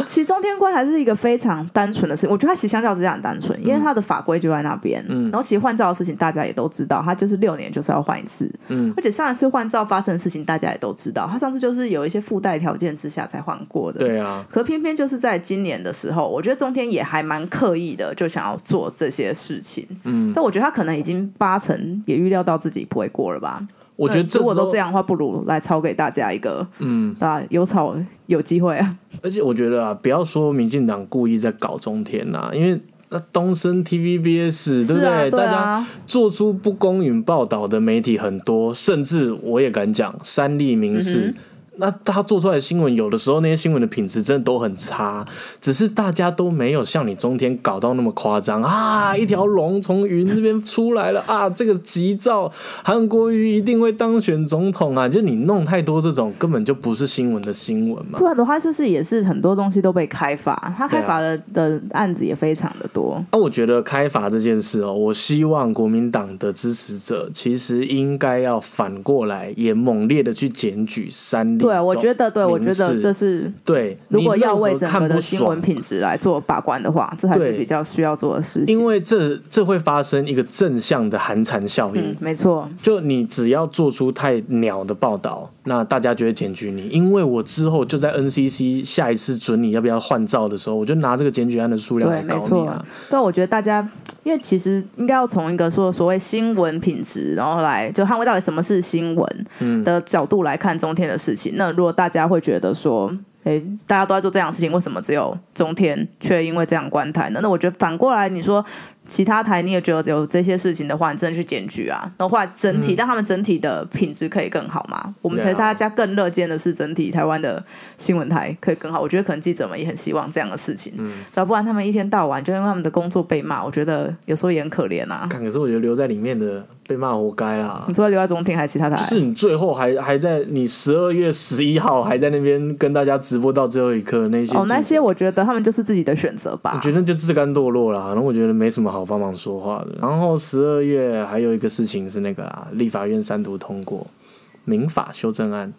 Speaker 1: 其实中天观台是一个非常单纯的事情。我觉得它其实相较之下很单纯，因为它的法规就在那边。嗯，然后其实换照的事情大家也都知道，它就是六年就是要换一次。嗯，而且上一次换照发生的事情大家也都知道，它上次就是有一些附带条件之下才换过的。
Speaker 2: 对啊，
Speaker 1: 可偏偏就是在今年的时候，我觉得中天也还蛮刻意的，就想要做这些事情。嗯，但我觉得他可能已经八成也预料到自己不会过了吧。
Speaker 2: 我
Speaker 1: 我
Speaker 2: 觉得这
Speaker 1: 如
Speaker 2: 时
Speaker 1: 果都
Speaker 2: 候
Speaker 1: 这，样的话，不如来抄给大家一个，嗯，对吧？有炒有机会啊，
Speaker 2: 而且我觉得啊，不要说民进党故意在搞中天呐、因为。那东森 TVBS 对
Speaker 1: 是
Speaker 2: 不对？
Speaker 1: 啊，对
Speaker 2: 大家
Speaker 1: 啊，
Speaker 2: 做出不公允报道的媒体很多，甚至我也敢讲，三立民视、那他做出来的新闻，有的时候那些新闻的品质真的都很差，只是大家都没有像你中天搞到那么夸张啊！一条龙从云这边出来了啊！这个急躁，韩国瑜一定会当选总统啊！就你弄太多这种根本就不是新闻的新闻嘛
Speaker 1: 不。然的话，就是也是很多东西都被开发，他
Speaker 2: 对啊
Speaker 1: 开发了的案子也非常的多。
Speaker 2: 那、我觉得开罚这件事哦，我希望国民党的支持者其实应该要反过来，也猛烈的去检举三立。
Speaker 1: 对，我觉得，对我觉得这是
Speaker 2: 对，
Speaker 1: 如果
Speaker 2: 你任
Speaker 1: 要
Speaker 2: 何
Speaker 1: 为整
Speaker 2: 看
Speaker 1: 个
Speaker 2: 不
Speaker 1: 的新闻
Speaker 2: 爽，
Speaker 1: 品质来做把关的话，这还是
Speaker 2: 对
Speaker 1: 比较需要做的事情。
Speaker 2: 因为这这会发生一个正向的寒蝉效应。
Speaker 1: 嗯，没错，
Speaker 2: 就你只要做出太鸟的报道，那大家就会检举你。因为我之后就在 NCC 下一次准你要不要换照的时候，我就拿这个检举案的数量来
Speaker 1: 对，
Speaker 2: 搞
Speaker 1: 没
Speaker 2: 你
Speaker 1: 错
Speaker 2: 啊。。
Speaker 1: 但我觉得大家，因为其实应该要从一个说所谓新闻品质，然后来就捍卫到底什么是新
Speaker 2: 嗯
Speaker 1: 闻的角度来看中天的事情。那如果大家会觉得说，诶，大家都在做这样的事情，为什么只有中天却因为这样关台呢？那我觉得反过来，你说其他台你也觉得有这些事情的话，你真的去检举啊，的话整体、让他们整体的品质可以更好嘛？我们
Speaker 2: 嗯对
Speaker 1: 才
Speaker 2: 啊
Speaker 1: 大家更乐见的是整体台湾的新闻台可以更好。我觉得可能记者们也很希望这样的事情，嗯，要不然他们一天到晚就因为他们的工作被骂，我觉得有时候也很可怜啊。
Speaker 2: 看，可是我觉得留在里面的被骂活该啊啦
Speaker 1: 你。除了留在中天还是其他台？
Speaker 2: 是你最后还还在你十二月十一号还在那边跟大家直播到最后一刻那些
Speaker 1: 哦，那
Speaker 2: 记者
Speaker 1: 些我觉得他们就是自己的选择吧
Speaker 2: 我。觉得就自甘堕落啦，然后我觉得没什么好帮忙说话的。然后十二月还有一个事情是那个啦，立法院三读通过民法修正案，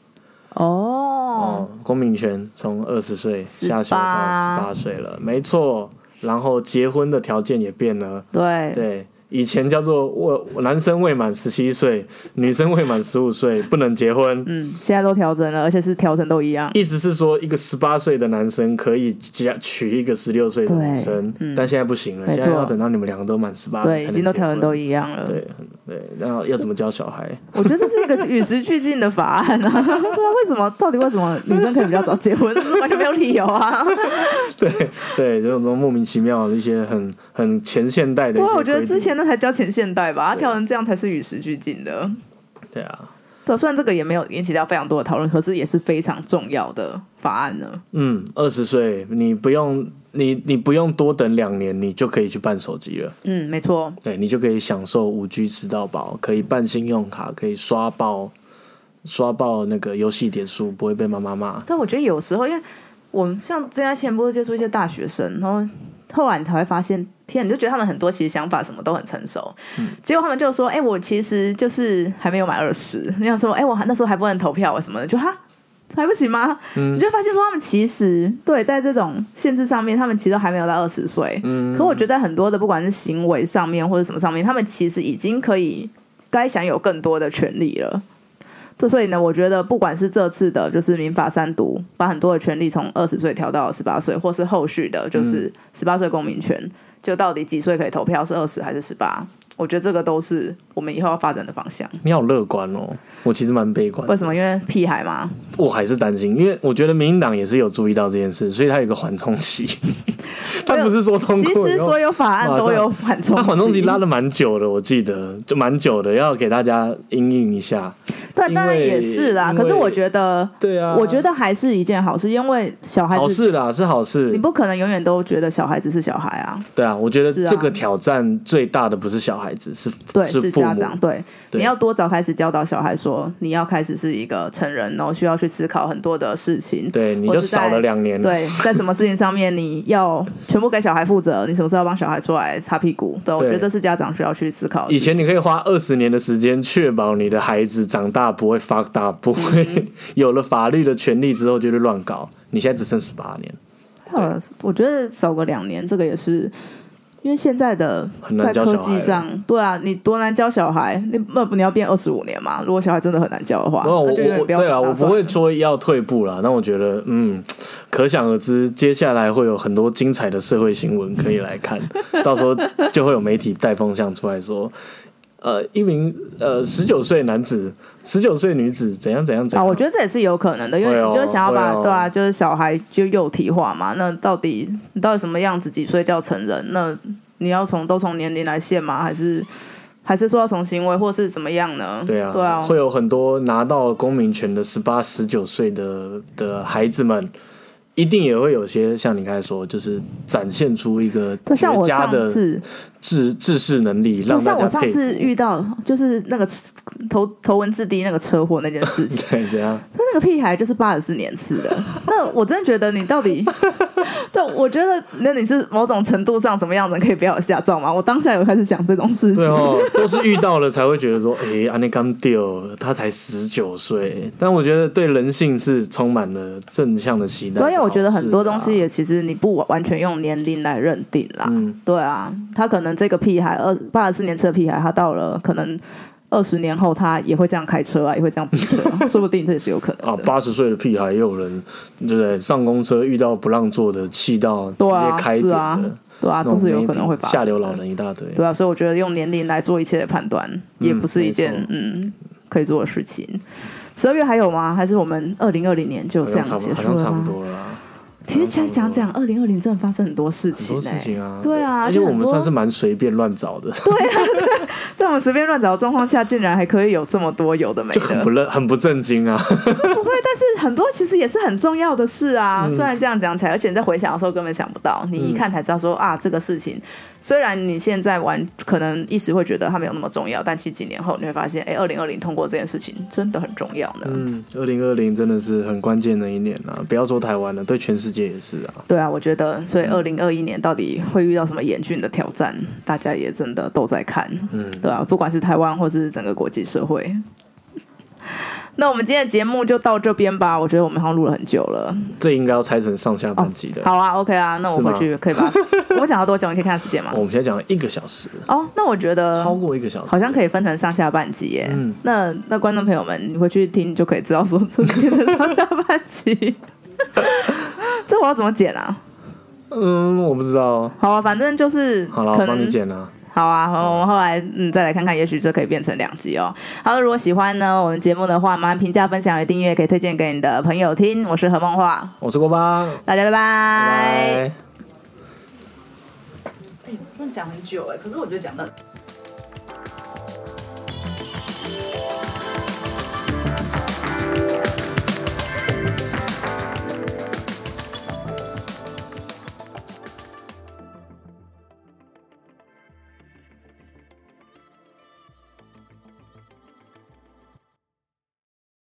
Speaker 1: 哦，
Speaker 2: 哦，公民权从二十岁下修到十八
Speaker 1: 18
Speaker 2: 岁了，没错。然后结婚的条件也变了，
Speaker 1: 对，
Speaker 2: 对，以前叫做我男生未满十七岁，女生未满十五岁不能结婚。
Speaker 1: 嗯，现在都调整了，而且是调整都一样。
Speaker 2: 意思是说，一个十八岁的男生可以嫁娶一个十六岁的女生，但现在不行了，
Speaker 1: 嗯没
Speaker 2: 现
Speaker 1: 错
Speaker 2: 在要等到你们两个都满十八，
Speaker 1: 对，已经都调整都
Speaker 2: 一
Speaker 1: 一样了。
Speaker 2: 对对，然后要怎么教小孩？
Speaker 1: 我觉得这是一个与时俱进的法案啊！不知道为什么，到底为什么女生可以比较早结婚，这是完全没有理由
Speaker 2: [LAUGHS]
Speaker 1: 啊！
Speaker 2: [LAUGHS] 对，这种莫名其妙的一些很很前现代的
Speaker 1: 不
Speaker 2: 一些规
Speaker 1: 过
Speaker 2: 定。
Speaker 1: 我觉得之前那才叫前现代吧，它调成这样才是与时俱进的。
Speaker 2: 对啊，
Speaker 1: 对，虽然这个也没有引起到非常多的讨论，可是也是非常重要的法案呢。
Speaker 2: 嗯，二十岁你不用你你不用多等两年，你就可以去办手机了。
Speaker 1: 嗯，没错，
Speaker 2: 对你就可以享受五 G 吃到饱，可以办信用卡，可以刷爆刷爆那个游戏点数，不会被妈妈骂。
Speaker 1: 但我觉得有时候，因为我们像之前前不是接触一些大学生，然后后来你才会发现，天，你就觉得他们很多其实想法什么都很成熟，结果他们就说：“哎、我其实就是还没有满二十。”你想说：“哎、我还那时候还不能投票啊什么的。”就哈。还不行吗？你就发现说他们其实对在这种限制上面，他们其实都还没有到二十岁。可我觉得很多的不管是行为上面或者什么上面，他们其实已经可以该享有更多的权利了。对，所以呢，我觉得不管是这次的，就是民法三读，把很多的权利从二十岁调到十八岁，或是后续的，
Speaker 2: 嗯
Speaker 1: 就是十八岁公民权，就到底几岁可以投票，是二十还是十八？我觉得这个都是我们以后要发展的方向。
Speaker 2: 你好乐观哦，我其实蛮悲观的
Speaker 1: 为，什么？因为屁孩嘛，
Speaker 2: 我还是担心，因为我觉得民进党也是有注意到这件事，所以他有一个缓冲期，
Speaker 1: [LAUGHS]
Speaker 2: 他不是说通
Speaker 1: 其
Speaker 2: 过
Speaker 1: 实
Speaker 2: 以后
Speaker 1: 所有法案都有缓冲
Speaker 2: 他
Speaker 1: 期，
Speaker 2: 缓冲期拉的蛮久的，我记得就蛮久的，要给大家阴应一下。
Speaker 1: 对，当然也是啦。
Speaker 2: 因为
Speaker 1: 可是我觉得，
Speaker 2: 对啊，
Speaker 1: 我觉得还是一件好事，因为小孩
Speaker 2: 好
Speaker 1: 子，
Speaker 2: 事啦，是好事
Speaker 1: 你。不可能永远都觉得小孩子是小孩啊。
Speaker 2: 对啊，我觉得
Speaker 1: 是啊
Speaker 2: 这个挑战最大的不是小孩子，是
Speaker 1: 对，是
Speaker 2: 是父
Speaker 1: 家
Speaker 2: 母。
Speaker 1: 长，对，
Speaker 2: 对
Speaker 1: 你要多早开始教导小孩说，你要开始是一个成人，然后需要去思考很多的事情。
Speaker 2: 对，你
Speaker 1: 或
Speaker 2: 就是
Speaker 1: 在
Speaker 2: 少了两年。，
Speaker 1: 对，在什么事情上面你要全部给小孩负责，你什么时候要帮小孩出来擦屁股？对，我
Speaker 2: 对
Speaker 1: 觉得这是家长需要去思考的
Speaker 2: 以
Speaker 1: 事情。
Speaker 2: 前你可以花二十年的时间，确保你的孩子长大不会 fuck up，不会、
Speaker 1: 嗯
Speaker 2: [LAUGHS] 有了法律的权利之后就去乱搞。你现在只剩十八年，
Speaker 1: 呃，我觉得少个两年，这个也是。因为现在的
Speaker 2: 很难
Speaker 1: 在
Speaker 2: 教
Speaker 1: 科
Speaker 2: 小孩
Speaker 1: 技上，对啊，你多难教小孩，你那不你要变二十五年嘛？如果小孩真的很难教的话，
Speaker 2: 然后我
Speaker 1: 那就永
Speaker 2: 我
Speaker 1: 远
Speaker 2: 我
Speaker 1: 不要
Speaker 2: 对啊，
Speaker 1: 长大
Speaker 2: 我不
Speaker 1: 算了
Speaker 2: 会说要退步啦。那我觉得，嗯，可想而知，接下来会有很多精彩的社会新闻可以
Speaker 1: [LAUGHS]
Speaker 2: 来看，到时候就会有媒体带风向出来说，呃，一名呃十九岁男子、十九岁女子怎样怎样怎
Speaker 1: 啊，
Speaker 2: 样。
Speaker 1: 我觉得这也是有可能的，因为
Speaker 2: 会哦
Speaker 1: 你就是想要把、
Speaker 2: 会哦
Speaker 1: 对啊，就是小孩就幼体化嘛。那到底你到底什么样子几岁叫成人？那你要从都从年龄来限吗？还是还是说要从行为或是怎么样呢？
Speaker 2: 对啊，
Speaker 1: 对啊，
Speaker 2: 会有很多拿到公民权的十八、十九岁的的孩子们，一定也会有些像你刚才说，就是展现出一个
Speaker 1: 对像
Speaker 2: 绝
Speaker 1: 我
Speaker 2: 佳
Speaker 1: 上
Speaker 2: 的
Speaker 1: 次，
Speaker 2: 治治世能力，让大
Speaker 1: 像我
Speaker 2: 家
Speaker 1: 上
Speaker 2: 佩服。
Speaker 1: 次遇到就是那个头头文字 D 那个车祸那件事
Speaker 2: [LAUGHS]
Speaker 1: 情，
Speaker 2: [LAUGHS] 对，
Speaker 1: [LAUGHS]
Speaker 2: 怎样？
Speaker 1: 那那个屁孩就是八十四年次的， [LAUGHS] 那我真的觉得你到底， [LAUGHS] 对，我觉得那你是某种程度上怎么样的可以不要有下照吗？我当下有开始讲这种事情，
Speaker 2: 对哦，都是遇到了才会觉得说， [LAUGHS] 哎、安内刚丢，他才十九岁。但我觉得对人性是充满了正向的期待。
Speaker 1: 对啊，因为我觉得很多东西
Speaker 2: 是好事
Speaker 1: 也其实你不完全用年龄来认定啦。
Speaker 2: 嗯
Speaker 1: 对啊，他可能这个屁孩二八十四年次的屁孩，他到了可能二十年后，他也会这样开车啊，也会这样逼车
Speaker 2: [LAUGHS]
Speaker 1: 啊、说不定这也是有可
Speaker 2: 啊，
Speaker 1: 能
Speaker 2: 啊
Speaker 1: 的。
Speaker 2: 八十岁的屁孩也有人，对不对？上公车遇到不让座的，气到直
Speaker 1: 对啊
Speaker 2: 接开
Speaker 1: 是
Speaker 2: 扁的，
Speaker 1: 啊对啊，
Speaker 2: 那
Speaker 1: 都
Speaker 2: 种
Speaker 1: 是有可能会
Speaker 2: maybe
Speaker 1: 发生。
Speaker 2: 下流老。人一大堆。
Speaker 1: 对啊，所以我觉得用年龄来做一切的判断，也不是一件嗯可以做的事情。十二月还有吗？还是我们二零二零年就
Speaker 2: 好
Speaker 1: 这
Speaker 2: 像
Speaker 1: 样
Speaker 2: 差不
Speaker 1: 结
Speaker 2: 多，好
Speaker 1: 束
Speaker 2: 像
Speaker 1: 了
Speaker 2: 差不
Speaker 1: 吗？
Speaker 2: 多了啦，
Speaker 1: 其实
Speaker 2: 好
Speaker 1: 想
Speaker 2: 像差不
Speaker 1: 讲
Speaker 2: 多
Speaker 1: 讲，二零二零真的发生很多事
Speaker 2: 很
Speaker 1: 情
Speaker 2: 多
Speaker 1: 呢、
Speaker 2: 事情啊。
Speaker 1: 对啊
Speaker 2: 而且
Speaker 1: 而且
Speaker 2: 我们
Speaker 1: 很多
Speaker 2: 算是蛮随便乱找的，
Speaker 1: 在我们随便乱找的状况下，竟然还可以有这么多有的没
Speaker 2: 就
Speaker 1: 的，
Speaker 2: 很不认，很不正经啊。
Speaker 1: 是很多其实也是很重要的事啊。
Speaker 2: 嗯
Speaker 1: 虽然这样讲起来，而且你在回想的时候根本想不到，你一看才知道说、啊，这个事情虽然你现在玩可能一时会觉得它没有那么重要，但其实几年后你会发现，哎、2二零二零通过这件事情真的很重要呢。
Speaker 2: 嗯，二零二零真的是很关键的一年啊！不要说台湾了，对全世界也是啊。
Speaker 1: 对啊，我觉得，所以
Speaker 2: 嗯
Speaker 1: 二零二一年到底会遇到什么严峻的挑战，大家也真的都在看，嗯，对啊，不管是台湾或是整个国际社会。 [LAUGHS] 那我们今天的节目就到这边吧，我觉得我们好像录了很久了。
Speaker 2: 这应该要拆成上下半集的。
Speaker 1: 好啊，OK 啊，那我
Speaker 2: 是吗
Speaker 1: 回去可以
Speaker 2: [LAUGHS]
Speaker 1: 吧？我们讲到多久？你可以看时间吗
Speaker 2: 哦，？我们现在讲了一个小时，
Speaker 1: 哦，那我觉得
Speaker 2: 超过一个小时，
Speaker 1: 好像可以分成上下半集耶。
Speaker 2: 嗯
Speaker 1: 那那观众朋友们，你回去听就可以知道说这边的上下半集。 [LAUGHS] 这我要怎么剪啊？
Speaker 2: 嗯，我不知道。
Speaker 1: 好啊，反正就是
Speaker 2: 好了，
Speaker 1: 可
Speaker 2: 我帮
Speaker 1: 能
Speaker 2: 你剪啦。
Speaker 1: 好啊，好我们后来嗯再来看看，也许这可以变成两集哦。好，如果喜欢呢我们节目的话，麻烦评价、分享与订阅，可以推荐给你的朋友听。我是何梦画，
Speaker 2: 我是锅巴，
Speaker 1: 大家拜
Speaker 2: 拜
Speaker 1: 拜。
Speaker 2: 拜。
Speaker 1: 欸哎，真的讲很久哎，可是我觉得讲的。